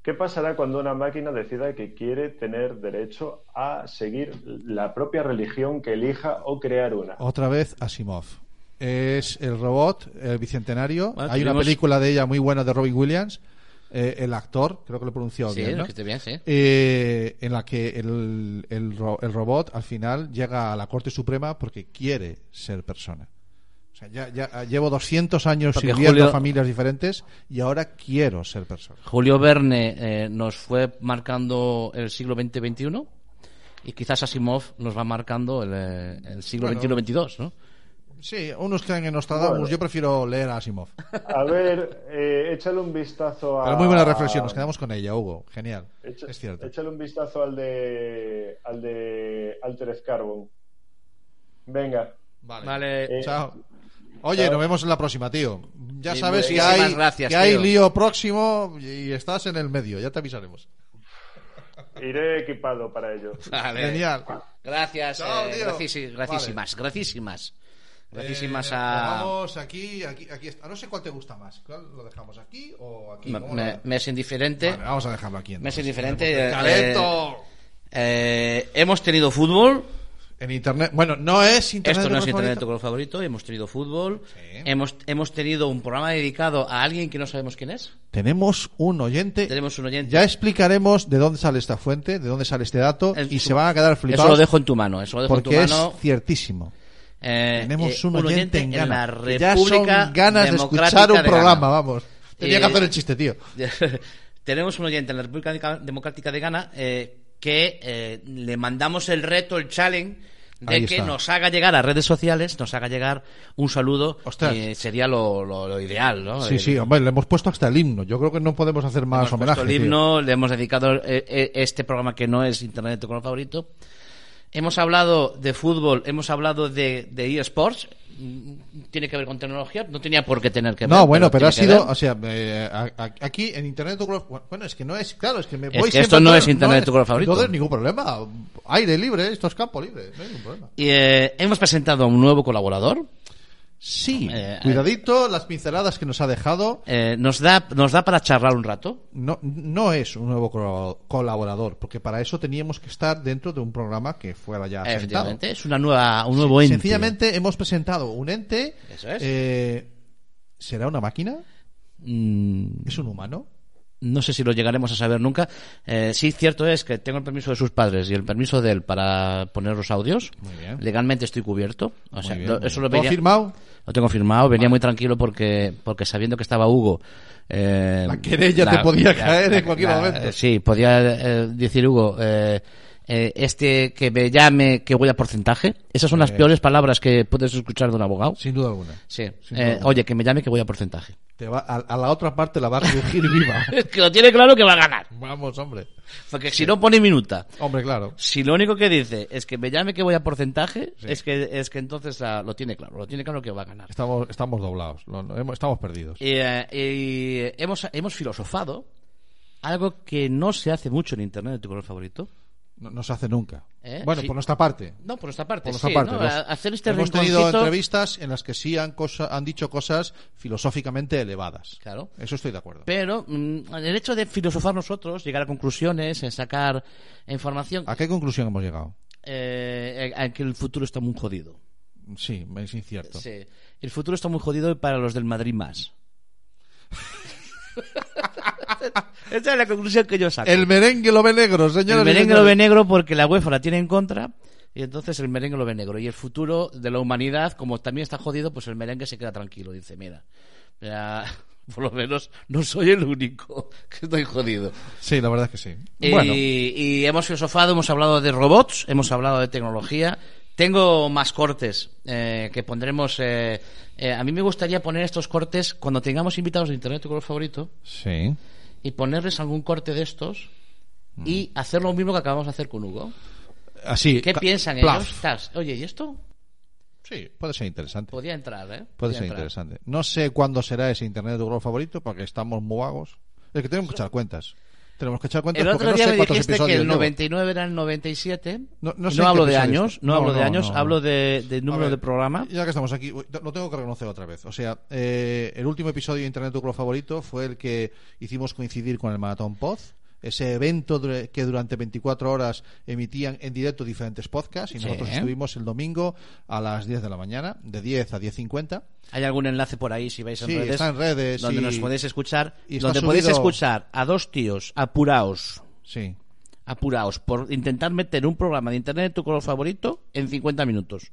Speaker 5: ¿qué pasará cuando una máquina decida que quiere tener derecho a seguir la propia religión que elija o crear una?
Speaker 3: Otra vez Asimov. Es el robot, el bicentenario.
Speaker 2: Bueno,
Speaker 3: Hay una
Speaker 2: tuvimos-
Speaker 3: película de ella muy buena de Robin Williams. eh, el actor, creo que lo he pronunciado
Speaker 2: Sí,
Speaker 3: bien. ¿no?
Speaker 2: lo que esté bien, sí.
Speaker 3: Eh, en la que el, el ro- el robot al final llega a la Corte Suprema porque quiere ser persona. O sea, ya, ya llevo 200 años
Speaker 2: Porque
Speaker 3: sirviendo
Speaker 2: Julio-
Speaker 3: a familias diferentes y ahora quiero ser persona.
Speaker 2: Julio Verne eh, nos fue marcando el siglo XX-XXI y quizás Asimov nos va marcando el, eh, el siglo
Speaker 3: Bueno.
Speaker 2: XXI-XXII, ¿no?
Speaker 3: Sí, unos creen en Nostradamus.
Speaker 5: Bueno.
Speaker 3: Yo prefiero leer a Asimov.
Speaker 5: A ver, eh, échale un vistazo a...
Speaker 3: Pero muy buena reflexión. Nos quedamos con ella, Hugo. Genial.
Speaker 5: Echa-
Speaker 3: es cierto.
Speaker 5: Échale un vistazo al de, al de Altered Carbon. Venga.
Speaker 2: Vale.
Speaker 5: Eh,
Speaker 3: Chao. Oye,
Speaker 5: Chao.
Speaker 3: nos vemos en la próxima, tío. Ya
Speaker 2: Sí,
Speaker 3: sabes que
Speaker 2: muchísimas
Speaker 3: hay,
Speaker 2: gracias,
Speaker 3: que hay
Speaker 2: tío.
Speaker 3: lío próximo y estás en el medio, ya te avisaremos.
Speaker 5: Iré equipado para ello.
Speaker 2: Vale.
Speaker 3: Genial.
Speaker 2: Eh, Gracias,
Speaker 3: Chao,
Speaker 2: eh,
Speaker 3: tío. Eh,
Speaker 2: gracisi- gracísimas, gracísimas. Gracísimas a...
Speaker 3: Vamos aquí, aquí, aquí está. No sé cuál te gusta más. ¿Cuál ¿Lo dejamos aquí o aquí?
Speaker 2: Me,
Speaker 3: ¿Cómo
Speaker 2: me-
Speaker 3: lo-
Speaker 2: me es indiferente.
Speaker 3: Vale, vamos a dejarlo aquí.
Speaker 2: me es
Speaker 3: entonces.
Speaker 2: indiferente. eh,
Speaker 3: ¡Talento!
Speaker 2: eh, hemos tenido fútbol.
Speaker 3: En internet. Bueno, no es internet.
Speaker 2: eh, Esto no es
Speaker 3: tu
Speaker 2: internet tu
Speaker 3: favorito.
Speaker 2: color favorito. Hemos tenido fútbol.
Speaker 3: Sí.
Speaker 2: Hemos, hemos tenido un programa dedicado a alguien que no sabemos quién es.
Speaker 3: Tenemos un oyente.
Speaker 2: Tenemos un oyente.
Speaker 3: Ya explicaremos de dónde sale esta fuente, de dónde sale este dato
Speaker 2: Es-
Speaker 3: y se van a quedar flipados.
Speaker 2: Eso lo dejo en tu mano. Eso lo dejo en tu
Speaker 3: porque
Speaker 2: mano.
Speaker 3: es ciertísimo.
Speaker 2: Eh,
Speaker 3: Tenemos
Speaker 2: eh,
Speaker 3: un oyente en Ghana.
Speaker 2: la
Speaker 3: Que ya son
Speaker 2: República
Speaker 3: ganas de
Speaker 2: Democrática
Speaker 3: escuchar un
Speaker 2: de
Speaker 3: programa,
Speaker 2: Ghana.
Speaker 3: vamos. Tenía
Speaker 2: Eh,
Speaker 3: que hacer el chiste, tío.
Speaker 2: Tenemos un oyente en la República Dica- Democrática de Ghana eh, que eh, le mandamos el reto, el challenge, de
Speaker 3: Ahí
Speaker 2: que
Speaker 3: está.
Speaker 2: nos haga llegar a redes sociales, nos haga llegar un saludo.
Speaker 3: Ostras.
Speaker 2: eh, sería lo, lo- lo ideal, ¿no?
Speaker 3: Sí,
Speaker 2: Eh,
Speaker 3: sí, hombre, le hemos puesto hasta el himno. Yo creo que no podemos hacer más
Speaker 2: hemos puesto
Speaker 3: homenaje.
Speaker 2: el
Speaker 3: tío.
Speaker 2: himno, le hemos dedicado eh, eh, este programa que no es Internet de tu color favorito. Hemos hablado de fútbol, hemos hablado de, de eSports. Mm, Tiene que ver con tecnología, no tenía por qué tener que ver.
Speaker 3: No, bueno, pero ha
Speaker 2: tiene que
Speaker 3: sido,
Speaker 2: ver.
Speaker 3: o sea, eh, a- a- aquí en Internet tu color, bueno, es que no es, claro, es que me
Speaker 2: Es
Speaker 3: voy
Speaker 2: que
Speaker 3: siempre
Speaker 2: esto
Speaker 3: a
Speaker 2: no
Speaker 3: todo-
Speaker 2: es Internet tu color favorito.
Speaker 3: Entonces, ningún problema. Aire libre, esto es campo libre, no hay ningún problema.
Speaker 2: Y, eh, hemos presentado a un nuevo colaborador.
Speaker 3: Sí,
Speaker 2: Eh,
Speaker 3: cuidadito las pinceladas que nos ha dejado.
Speaker 2: Eh, nos, da, nos da para charlar un rato.
Speaker 3: No, no es un nuevo colabor- colaborador, porque para eso teníamos que estar dentro de un programa que fuera ya sentado.
Speaker 2: Efectivamente, es una nueva, un nuevo ente.
Speaker 3: Sencillamente hemos presentado un ente.
Speaker 2: Eso es.
Speaker 3: eh, ¿Será una máquina?
Speaker 2: Mm,
Speaker 3: ¿Es un humano?
Speaker 2: no sé si lo llegaremos a saber nunca. Eh, sí, cierto es que tengo el permiso de sus padres y el permiso de él para poner los audios.
Speaker 3: Muy bien.
Speaker 2: Legalmente estoy cubierto. O sea,
Speaker 3: bien,
Speaker 2: lo-
Speaker 3: muy
Speaker 2: eso
Speaker 3: bien.
Speaker 2: lo
Speaker 3: ¿Todo
Speaker 2: venía-
Speaker 3: firmado?
Speaker 2: Lo tengo firmado. Venía muy tranquilo porque, porque sabiendo que estaba Hugo. eh,
Speaker 3: La querella te podía caer en cualquier momento.
Speaker 2: Sí, podía eh, decir Hugo. eh, eh, este que me llame que voy a porcentaje. Esas son las peores palabras que puedes escuchar de un abogado.
Speaker 3: Sin duda alguna.
Speaker 2: Sí.
Speaker 3: Sin
Speaker 2: Eh,
Speaker 3: duda alguna.
Speaker 2: oye, que me llame que voy a porcentaje.
Speaker 3: Te va- a, a la otra parte la va a crujir viva.
Speaker 2: que lo tiene claro que va a ganar.
Speaker 3: Vamos, hombre.
Speaker 2: Porque si no pone minuta.
Speaker 3: Hombre, claro.
Speaker 2: Si lo único que dice es que me llame que voy a porcentaje, es que es que entonces ah, lo tiene claro, lo tiene claro que va a ganar.
Speaker 3: Estamos, estamos doblados. Lo- lo hemos- estamos perdidos.
Speaker 2: Y, eh, y hemos, hemos filosofado algo que no se hace mucho en Internet de tu color favorito.
Speaker 3: No, no se hace nunca.
Speaker 2: ¿Eh?
Speaker 3: Bueno,
Speaker 2: Sí.
Speaker 3: por nuestra parte.
Speaker 2: No, por nuestra parte,
Speaker 3: Por nuestra
Speaker 2: sí,
Speaker 3: parte.
Speaker 2: ¿no?
Speaker 3: los-
Speaker 2: A- Hacer este
Speaker 3: hemos tenido
Speaker 2: rinconcito-
Speaker 3: entrevistas en las que sí han, cosa- han dicho cosas filosóficamente elevadas.
Speaker 2: Claro.
Speaker 3: Eso estoy de acuerdo.
Speaker 2: Pero mm, el hecho de filosofar nosotros, llegar a conclusiones, eh, sacar información,
Speaker 3: ¿A qué conclusión hemos llegado?
Speaker 2: eh, a- a que el futuro está muy jodido.
Speaker 3: Sí, es incierto.
Speaker 2: Sí. El futuro está muy jodido y para los del Madrid más. Esa es la conclusión que yo saco.
Speaker 3: El merengue lo ve negro, señores.
Speaker 2: El
Speaker 3: y
Speaker 2: merengue lo
Speaker 3: señores.
Speaker 2: ve negro porque la UEFA la tiene en contra y entonces el merengue lo ve negro. Y el futuro de la humanidad, como también está jodido, pues el merengue se queda tranquilo. Dice, mira, mira, por lo menos no soy el único que estoy jodido.
Speaker 3: Sí, la verdad es que sí.
Speaker 2: Y,
Speaker 3: Bueno,
Speaker 2: Eh, y hemos filosofado, hemos hablado de robots, hemos hablado de tecnología. Tengo más cortes eh, que pondremos. eh, eh, a mí me gustaría poner estos cortes cuando tengamos invitados de Internet, tu color favorito,
Speaker 3: sí.
Speaker 2: y ponerles algún corte de estos
Speaker 3: Mm.
Speaker 2: y hacer lo mismo que acabamos de hacer con Hugo.
Speaker 3: Así.
Speaker 2: ¿Qué
Speaker 3: ca-
Speaker 2: piensan
Speaker 3: plaf.
Speaker 2: ellos? Tas, Oye, ¿y esto?
Speaker 3: Sí, puede ser interesante.
Speaker 2: Podía entrar, ¿eh?
Speaker 3: Puede
Speaker 2: Podía
Speaker 3: ser
Speaker 2: entrar.
Speaker 3: interesante. No sé cuándo será ese internet de tu grupo favorito porque estamos muy vagos. Es que tenemos que echar cuentas. Tenemos que echar cuentas
Speaker 2: El
Speaker 3: porque
Speaker 2: otro
Speaker 3: no
Speaker 2: día
Speaker 3: sé
Speaker 2: me
Speaker 3: cuántos
Speaker 2: dijiste que
Speaker 3: episodios
Speaker 2: el
Speaker 3: llevo.
Speaker 2: 99 era el 97.
Speaker 3: No-
Speaker 2: No,
Speaker 3: no
Speaker 2: no,
Speaker 3: sé en qué
Speaker 2: hablo de
Speaker 3: episodio
Speaker 2: años,
Speaker 3: estás.
Speaker 2: no,
Speaker 3: No,
Speaker 2: hablo de
Speaker 3: no,
Speaker 2: años,
Speaker 3: no.
Speaker 2: hablo de, de
Speaker 3: A
Speaker 2: número
Speaker 3: ver,
Speaker 2: de programa.
Speaker 3: Ya que estamos aquí, uy, lo tengo que reconocer otra vez. O sea, eh, el último episodio de Internet tu Club favorito fue el que hicimos coincidir con el Maratón Pod. Ese evento dura- que durante 24 horas emitían en directo diferentes podcasts y nosotros estuvimos el domingo a las 10 de la mañana, de 10 a 10.50.
Speaker 2: Hay algún enlace por ahí si vais en
Speaker 3: Sí,
Speaker 2: redes.
Speaker 3: está en redes,
Speaker 2: Donde
Speaker 3: sí.
Speaker 2: nos podéis escuchar.
Speaker 3: Y está
Speaker 2: donde podéis
Speaker 3: subido-
Speaker 2: escuchar a dos tíos apuraos.
Speaker 3: Sí,
Speaker 2: Apuraos por intentar meter un programa de internet de tu color favorito en 50 minutos.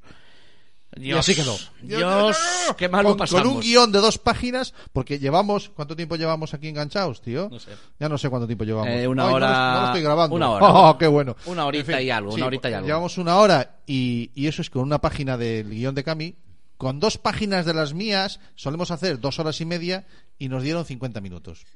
Speaker 2: Dios,
Speaker 3: y así quedó.
Speaker 2: Dios, qué mal lo
Speaker 3: con,
Speaker 2: pasamos.
Speaker 3: Con un guión de dos páginas, porque llevamos. ¿Cuánto tiempo llevamos aquí enganchados, tío?
Speaker 2: No sé.
Speaker 3: Ya no sé cuánto tiempo llevamos.
Speaker 2: Eh, una
Speaker 3: Ay, no lo-
Speaker 2: hora.
Speaker 3: No lo, estoy grabando.
Speaker 2: Una hora.
Speaker 3: Oh, qué bueno.
Speaker 2: Una horita y algo, una horita y algo.
Speaker 3: Llevamos una hora y, y eso es con una página del guión de Cami. Con dos páginas de las mías solemos hacer dos horas y media y nos dieron 50 minutos.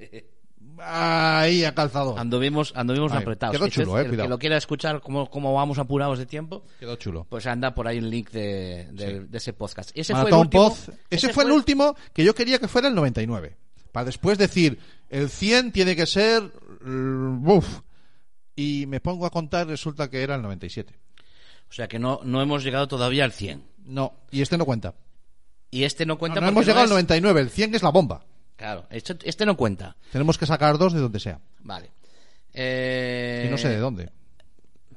Speaker 3: Ahí ha calzado.
Speaker 2: Anduvimos, anduvimos
Speaker 3: Ay,
Speaker 2: apretados.
Speaker 3: quedó chulo,
Speaker 2: Entonces,
Speaker 3: eh,
Speaker 2: el
Speaker 3: cuidado.
Speaker 2: que lo quiera escuchar cómo, cómo vamos apurados de tiempo,
Speaker 3: Quedó chulo.
Speaker 2: pues anda por ahí el link de, de- de ese podcast. Ese
Speaker 3: Maratón
Speaker 2: fue el último.
Speaker 3: Poz. Ese, fue el último que yo quería que fuera el 99. Para después decir, el 100 tiene que ser. mm, uf. Y me pongo a contar, resulta que era el 97.
Speaker 2: O sea que no, no hemos llegado todavía al 100.
Speaker 3: No, y este no cuenta.
Speaker 2: Y este no
Speaker 3: No,
Speaker 2: cuenta
Speaker 3: no
Speaker 2: porque
Speaker 3: hemos llegado
Speaker 2: es-
Speaker 3: al 99, el 100 es la bomba.
Speaker 2: Claro, esto- este no cuenta.
Speaker 3: Tenemos que sacar dos de donde sea.
Speaker 2: Vale. Eh,
Speaker 3: Y no sé de dónde.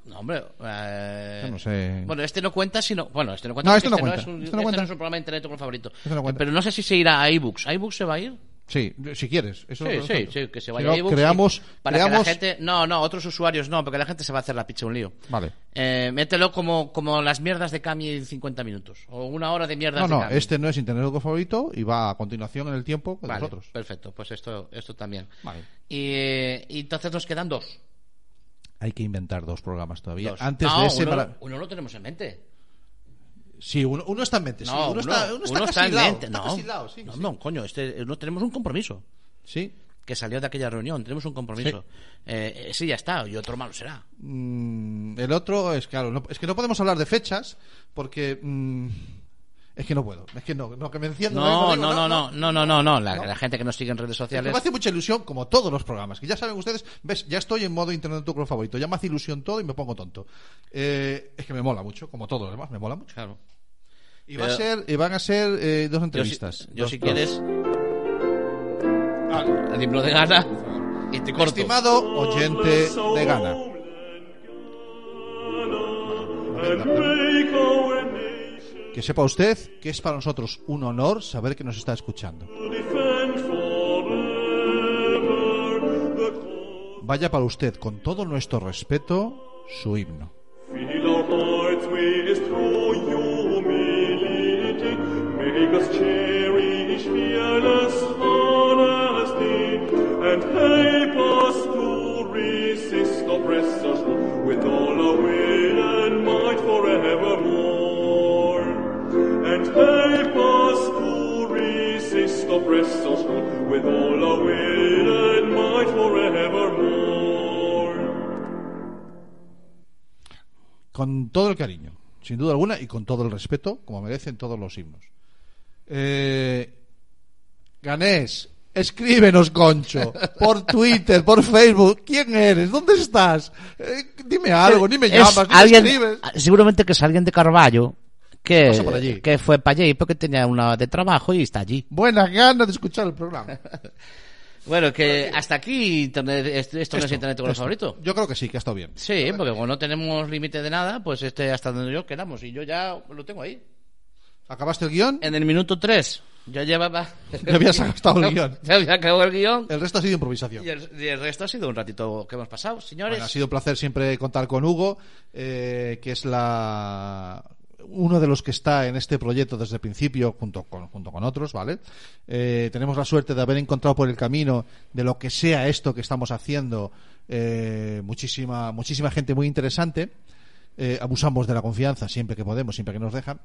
Speaker 2: No, hombre. eh,
Speaker 3: Yo no sé.
Speaker 2: Bueno, este no cuenta, sino. Bueno, este no cuenta.
Speaker 3: No,
Speaker 2: porque
Speaker 3: este no
Speaker 2: es
Speaker 3: cuenta.
Speaker 2: un,
Speaker 3: Este no cuenta.
Speaker 2: es un programa de internet como favorito.
Speaker 3: Este no cuenta.
Speaker 2: Pero no sé si se irá a iBooks. ¿A iBooks se va a ir?
Speaker 3: Sí, si quieres. Eso
Speaker 2: Sí,
Speaker 3: lo
Speaker 2: sí,
Speaker 3: tanto.
Speaker 2: sí, que se
Speaker 3: Si
Speaker 2: vaya
Speaker 3: no,
Speaker 2: a iBooks.
Speaker 3: creamos,
Speaker 2: y- Para
Speaker 3: creamos-
Speaker 2: que la gente. No, no, otros usuarios no, porque la gente se va a hacer la picha un lío.
Speaker 3: Vale.
Speaker 2: Eh, mételo como, como las mierdas de Cami en 50 minutos. O una hora de mierdas
Speaker 3: No,
Speaker 2: de
Speaker 3: no,
Speaker 2: Cami.
Speaker 3: este no es Internet Loco favorito y va a continuación en el tiempo con
Speaker 2: Vale,
Speaker 3: nosotros.
Speaker 2: perfecto. Pues esto, esto también.
Speaker 3: Vale.
Speaker 2: Y, eh, y entonces nos quedan dos.
Speaker 3: Hay que inventar dos programas todavía.
Speaker 2: Dos.
Speaker 3: Antes
Speaker 2: No,
Speaker 3: de ese.
Speaker 2: uno,
Speaker 3: mara-
Speaker 2: uno lo tenemos en mente.
Speaker 3: Sí, uno, uno está en mente. sí,
Speaker 2: No,
Speaker 3: uno, está, uno está casi
Speaker 2: en
Speaker 3: hilado,
Speaker 2: mente,
Speaker 3: está
Speaker 2: no.
Speaker 3: casi hilado, sí,
Speaker 2: no,
Speaker 3: sí.
Speaker 2: no, coño, este, no tenemos un compromiso
Speaker 3: Sí.
Speaker 2: que salió de aquella reunión. Tenemos un compromiso. Eh, ese ya está, y otro malo será.
Speaker 3: Mm, El otro es claro, no- es que no podemos hablar de fechas porque mm, es que no puedo, es que no, no que me enciendo.
Speaker 2: No, no,
Speaker 3: digo,
Speaker 2: no, no, no, no, no, no. La,
Speaker 3: no.
Speaker 2: la gente que nos sigue en redes
Speaker 3: Es que
Speaker 2: sociales.
Speaker 3: Me hace mucha ilusión, como todos los programas, que ya saben ustedes, ves, ya estoy en modo internet tu club favorito, ya me hace ilusión todo y me pongo tonto. Eh, es que me mola mucho, como todos los demás, me mola mucho.
Speaker 2: Claro.
Speaker 3: Y, va
Speaker 2: Pero-
Speaker 3: a ser, y van a ser eh,
Speaker 2: Yo,
Speaker 3: dos
Speaker 2: si,
Speaker 3: entrevistas.
Speaker 2: yo
Speaker 3: Dos-
Speaker 2: si quieres. El himno de gana. Y te corto.
Speaker 3: Estimado oyente de Ghana. Que sepa usted que es para nosotros un honor saber que nos está escuchando. Vaya para usted, con todo nuestro respeto, su himno.
Speaker 9: and help us to resist oppressors with all our of Bristol school with all our will and might forevermore.
Speaker 3: Con todo el cariño, sin duda alguna, y con todo el respeto, como merecen todos los himnos. Eh, Ganés, escríbenos, Concho, por Twitter, por Facebook. ¿Quién eres? ¿Dónde estás? Eh, dime algo, ni me
Speaker 2: Es
Speaker 3: llamas, ni me
Speaker 2: alguien, ah,
Speaker 3: escribes.
Speaker 2: seguramente que es alguien de Carballo
Speaker 3: Pasa por
Speaker 2: que,
Speaker 3: allí.
Speaker 2: que fue para allí porque tenía una de trabajo y está allí.
Speaker 3: Buenas ganas de escuchar el programa.
Speaker 2: Bueno, que hasta aquí internet, esto, esto no es
Speaker 3: Esto,
Speaker 2: Internet con los
Speaker 3: esto.
Speaker 2: favoritos.
Speaker 3: Yo creo que sí, que ha estado bien.
Speaker 2: Sí, porque como no tenemos límite de nada, pues este hasta donde yo queramos. Y yo ya lo tengo ahí.
Speaker 3: ¿Acabaste el guión?
Speaker 2: En el minuto 3, yo llevaba.
Speaker 3: Ya habías gastado el guión.
Speaker 2: Ya había acabado el guión.
Speaker 3: El resto ha sido improvisación.
Speaker 2: Y el, y el resto ha sido un ratito que hemos pasado, señores.
Speaker 3: Bueno, ha sido un placer siempre contar con Hugo, eh, que es la uno de los que está en este proyecto desde el principio junto con, junto con otros, ¿vale? Eh, tenemos la suerte de haber encontrado por el camino de lo que sea esto que estamos haciendo eh, muchísima, muchísima gente muy interesante. Eh, abusamos de la confianza siempre que podemos, siempre que nos dejan.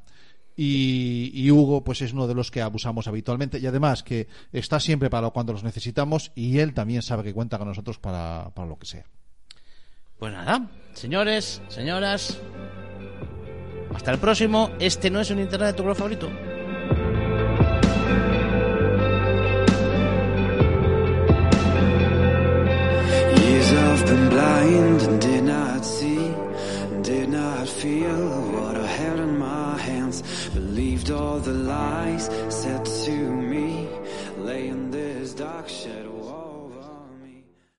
Speaker 3: Y, y Hugo, pues es uno de los que abusamos habitualmente y además que está siempre para cuando los necesitamos y él también sabe que cuenta con nosotros para, para lo que sea.
Speaker 2: Pues nada, señores, señoras. Hasta el próximo. Este no es un internet de tu color favorito.
Speaker 9: Years I've been blind and did not see, and did not feel what I had in my hands. Believed all the lies said to me,